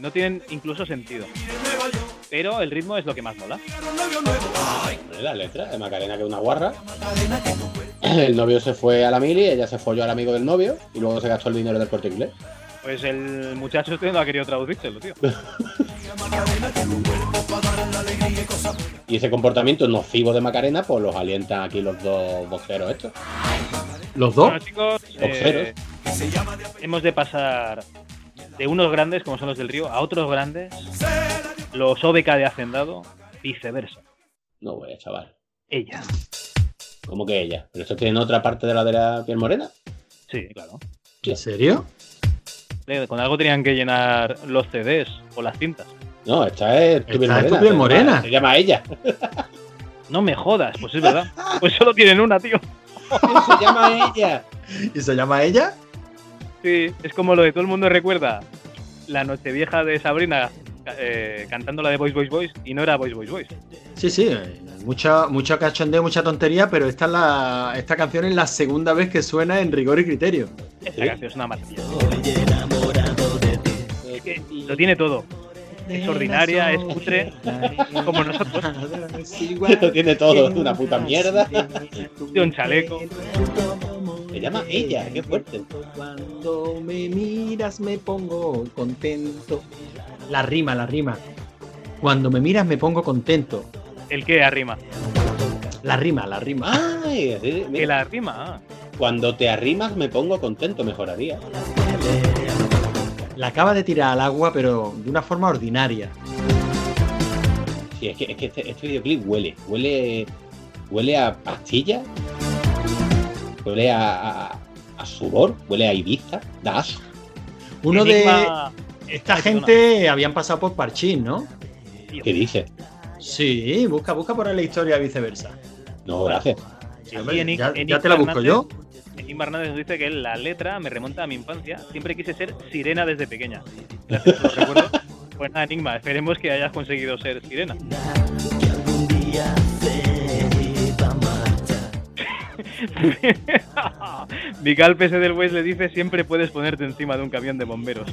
no tienen incluso sentido. Pero el ritmo es lo que más mola.
Hombre, La letra de Macarena, que es una guarra. El novio se fue a la mili, ella se folló al amigo del novio y luego se gastó el dinero del corte inglés.
Pues el muchacho este no ha querido traducírselo, tío.
Y ese comportamiento nocivo de Macarena, pues los alientan aquí los dos boxeros estos.
¿Los
Bueno, chicos, eh,
Boxeros.
hemos de pasar de unos grandes, como son los del río, a otros grandes, los OBK de Hacendado, viceversa.
No voy, chaval.
Ellas.
¿Cómo que ella? ¿Pero estos tienen otra parte de la de la piel morena?
Sí, claro.
¿En serio?
Eh, Con algo tenían que llenar los CDs o las cintas.
No, esta es tu piel
Esta
morena.
es tu piel
se llama-
morena.
Se llama ella.
No me jodas, pues es verdad. Pues solo tienen una, tío.
se llama ella.
¿Y se llama ella?
Sí, es como lo de todo el mundo recuerda la noche vieja de Sabrina eh, cantando la de Boys, Boys, Boys y no era Boys, Boys, Boys.
Sí, sí. eh, Mucha, mucho cachondeo, mucha tontería, pero esta, es la, esta canción es la segunda vez que suena en rigor y criterio.
Esta canción es una maravilla. Es que lo tiene todo. Es ordinaria, es cutre, como nosotros.
Lo tiene todo, es una puta mierda.
De un chaleco.
Se llama ella, qué fuerte.
Cuando me miras me pongo contento. La rima, la rima. Cuando me miras me pongo contento.
El que arrima.
La rima, la rima.
Ay, así- mira.
El arrima. ah.
Cuando te arrimas me pongo contento, mejoraría.
Ah, La acaba de tirar al agua, pero de una forma ordinaria.
Sí, es que, es que este, este videoclip huele, huele, huele a pastilla, huele a, a- a sudor, huele a Ibiza, da asco.
Uno
Enigma-
de. Esta
Ay, perdona.
gente habían pasado por Parchín, ¿no?
¿Qué dices?
Sí, busca, busca por ahí la historia viceversa.
No, gracias.
Sí,
Aquí
hombre,
Eni-
ya,
Enigma
ya te la busco yo.
Hernández- Enigma Hernández nos dice que la letra me remonta a mi infancia. Siempre quise ser sirena desde pequeña. Gracias por los recuerdos. Pues nada, Enigma, esperemos que hayas conseguido ser sirena. Vical PS del West le dice siempre puedes ponerte encima de un camión de bomberos.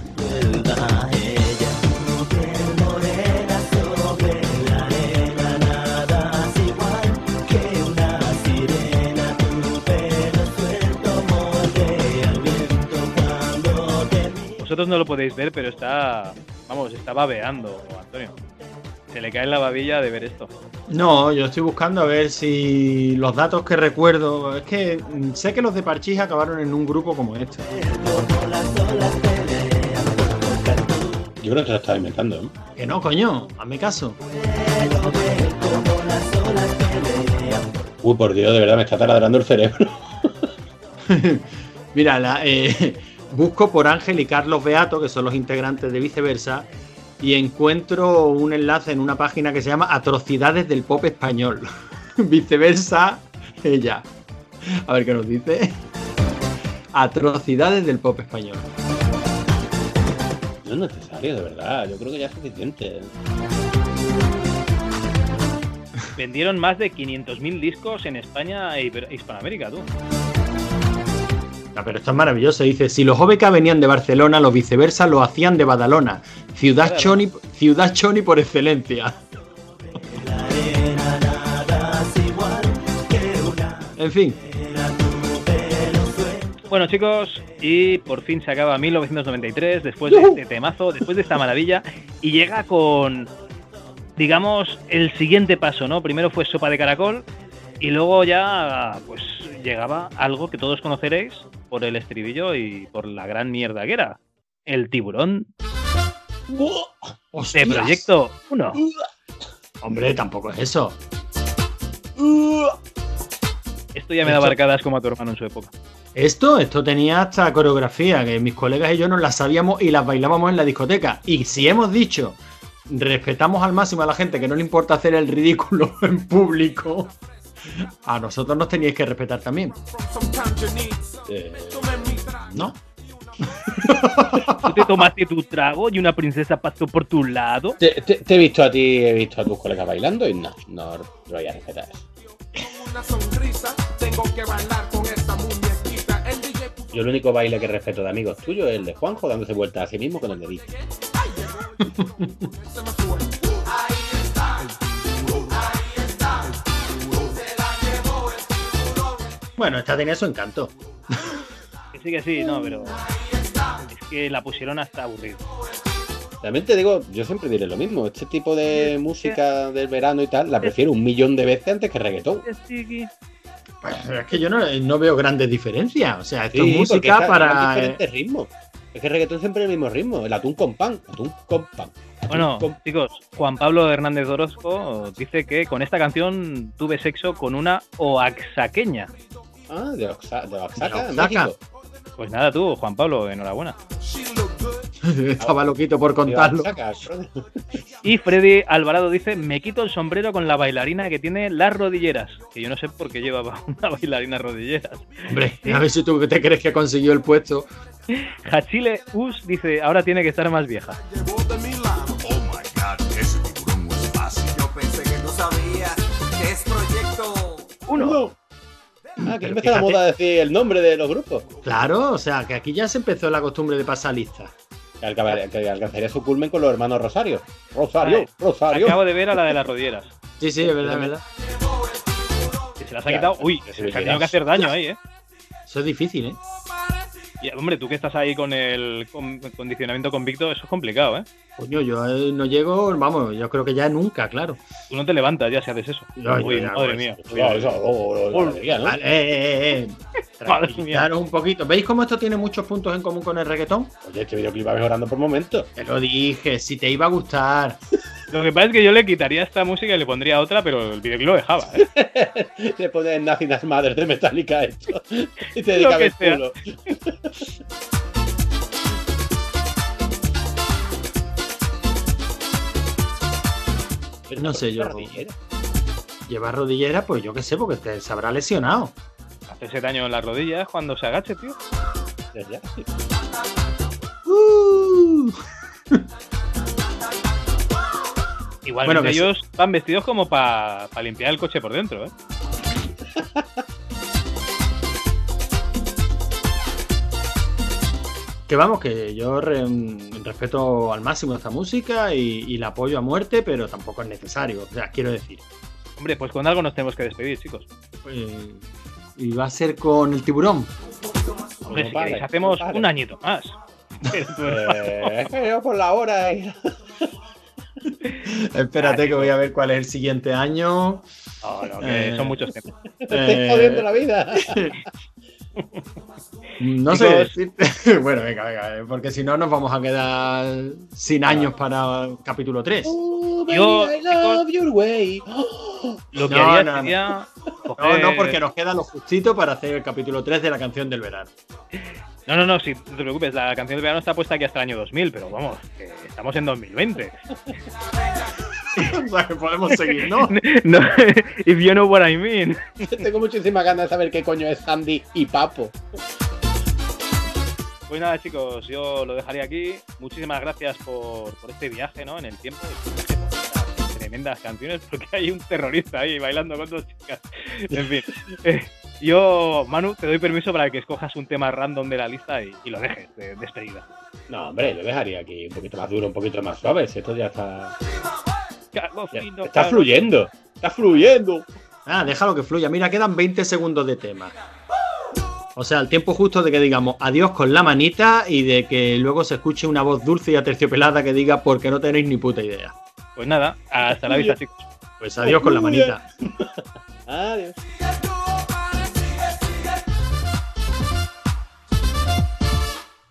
Vosotros no lo podéis ver, pero está, vamos, está babeando, Antonio. Se le cae la babilla de ver esto.
No, yo estoy buscando a ver si los datos que recuerdo. Es que mm, sé que los de Parchís acabaron en un grupo como este.
Yo creo que te lo estaba inventando, ¿eh?
Que no, coño, hazme caso.
Uy, por Dios, de verdad me está taladrando el cerebro.
Mira, la, eh, busco por Ángel y Carlos Beato, que son los integrantes de Viceversa, y encuentro un enlace en una página que se llama Atrocidades del Pop Español. Viceversa, ella. A ver qué nos dice. Atrocidades del Pop Español.
No es necesario, de verdad. Yo creo que ya es suficiente.
Vendieron más de 500.000 discos en España e Ibero- Hispanoamérica, tú.
Ah, pero esto es maravilloso. Dice, si los OBK venían de Barcelona, los viceversa lo hacían de Badalona. Ciudad Choni, ciudad Choni por excelencia. En fin,
Bueno, chicos, y por fin se acaba 1993, después de este temazo, después de esta maravilla, y llega con, digamos, el siguiente paso, ¿no? Primero fue Sopa de Caracol, y luego ya, pues, llegaba algo que todos conoceréis por el estribillo y por la gran mierda que era: el tiburón de
¡Hostias!
Proyecto 1.
hombre, tampoco es eso.
Esto ya me da
Esto-
barcadas como a tu hermano en su época.
Esto, esto tenía hasta coreografía, que mis colegas y yo nos las sabíamos y las bailábamos en la discoteca. Y si hemos dicho, respetamos al máximo a la gente que no le importa hacer el ridículo en público, a nosotros nos teníais que respetar también,
Eh,
¿no?
Tú te tomaste tu trago y una princesa pasó por tu lado.
Te, te- te he visto a ti, he visto a tus colegas bailando y no, no lo voy a respetar.
Una sonrisa, tengo que bailar con esta muñequita. El DJ
Yo el único baile que respeto de amigos tuyos es el de Juanjo dándose vueltas a sí mismo con el dedito.
Bueno, esta tenía su encanto.
Que sí, que sí, no, pero. Es que la pusieron hasta aburrido.
También te digo, yo siempre diré lo mismo, este tipo de música del verano y tal, la prefiero un millón de veces antes que reggaetón.
Pero Pues, es que yo no, no veo grandes diferencias. O sea, esto
Sí,
es
porque
música
está- son
para. eh.
diferentes ritmos. Es que el reggaetón siempre es el mismo ritmo, el atún con pan, atún con pan. atún
Bueno,
con-
chicos, Juan Pablo Hernández Orozco dice que con esta canción tuve sexo con una oaxaqueña.
Ah, de Oaxa- de Oaxaca,
De
en
Oaxaca.
México.
Pues nada, tú, Juan Pablo, enhorabuena.
Estaba loquito por
De
contarlo.
Oaxaca, brother.
Y Freddy Alvarado dice, me quito el sombrero con la bailarina que tiene las rodilleras. Que yo no sé por qué llevaba una bailarina rodilleras.
Hombre, a ver si tú te crees que consiguió el puesto.
Hachile Us dice, ahora tiene que estar más vieja.
Oh my god, ese tiburón no es fácil. Yo pensé que no sabías que es proyecto.
Uno.
Ah, que
Pero
empezó la
fíjate.
moda a decir el nombre de los grupos.
Claro, o sea, que aquí ya se empezó la costumbre de pasar listas.
Que alca- que alcanzaría su culmen con los hermanos Rosario. Rosario,
Vale.
Rosario.
Acabo de ver a la de las rodilleras.
Sí, sí, es verdad, es verdad.
Que se las ha quitado. Uy, se ha tenido que hacer daño ahí, ¿eh?
Eso es difícil, ¿eh?
Y, hombre, tú que estás ahí con el con- condicionamiento convicto, eso es complicado, ¿eh?
Coño, yo eh, no llego, vamos, yo creo que ya nunca, claro.
Tú no te levantas ya si haces eso.
No, yo
Uy,
no hago
madre
eso.
mía.
Cuidado, eso, oh, oh, oh, alegría, ¿no?
Vale, eh, eh, eh.
Madre
Tranquilizaros un poquito. ¿Veis cómo esto tiene muchos puntos en común con el reggaetón?
Oye, este videoclip va mejorando por momentos.
Te lo dije, si te iba a gustar.
Lo que pasa es que yo le quitaría esta música y le pondría otra, pero el videoclip lo dejaba, ¿eh?
Le ponen Nothing as Mother de Metallica a esto. Y te
Lo
dedica
que
el
sea.
culo. Pero
No
¿por
sé
qué
yo.
rodillera?
Llevar rodillera, pues yo qué sé, porque te, se habrá lesionado.
Hace ese daño en las rodillas cuando se agache, tío.
Ya, ya.
Uh.
Igualmente
Bueno, que
ellos van vestidos como para limpiar el coche por dentro, ¿eh?
Que vamos, que yo re- mm, respeto al máximo esta música y, y la apoyo a muerte, pero tampoco es necesario. O sea, quiero decir.
Hombre, pues con algo nos tenemos que despedir, chicos.
eh, y va a ser con el tiburón.
Hombre, si
Pues Vale,
queréis, hacemos
vale.
un añito más. Pero, pero,
Eh, es que yo por la hora. eh.
Espérate que voy a ver cuál es el siguiente año.
no, no, que
Eh,
son muchos temas.
Te estoy jodiendo la vida.
Eh, No sé
Chicos.
decirte. bueno, venga, venga, eh, porque si no nos vamos a quedar sin años para capítulo 3.
Oh, baby,
Yo,
I love your way.
Lo que
No,
haría
no, no.
sería eh,
No, no, porque nos queda lo justito para hacer el capítulo 3 de la canción del verano.
No, no, no, sí, no te preocupes, la canción del verano está puesta aquí hasta el año 2000, pero vamos, que estamos en 2020.
o sea, que podemos seguir, ¿no?
No, if you know what I mean.
Tengo muchísimas ganas de saber qué coño es Sandy y Papo.
Pues nada, chicos, yo lo dejaré aquí. Muchísimas gracias por, por este viaje, ¿no? En el tiempo. Tremendas canciones porque hay un terrorista ahí bailando con dos chicas. En fin. eh, Yo, Manu, te doy permiso para que escojas un tema random de la lista y, y lo dejes de despedida.
No, hombre, lo dejaría aquí un poquito más duro, un poquito más suave. Si esto ya está. ya- está fluyendo. Está fluyendo.
Ah, déjalo que fluya. Mira, quedan 20 segundos de tema. O sea, el tiempo justo de que digamos adiós con la manita y de que luego se escuche una voz dulce y aterciopelada que diga porque no tenéis ni puta idea.
Pues nada, hasta la vista, chicos.
Pues adiós con la manita.
Adiós.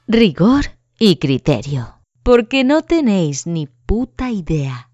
Rigor y criterio. Porque no tenéis ni puta idea.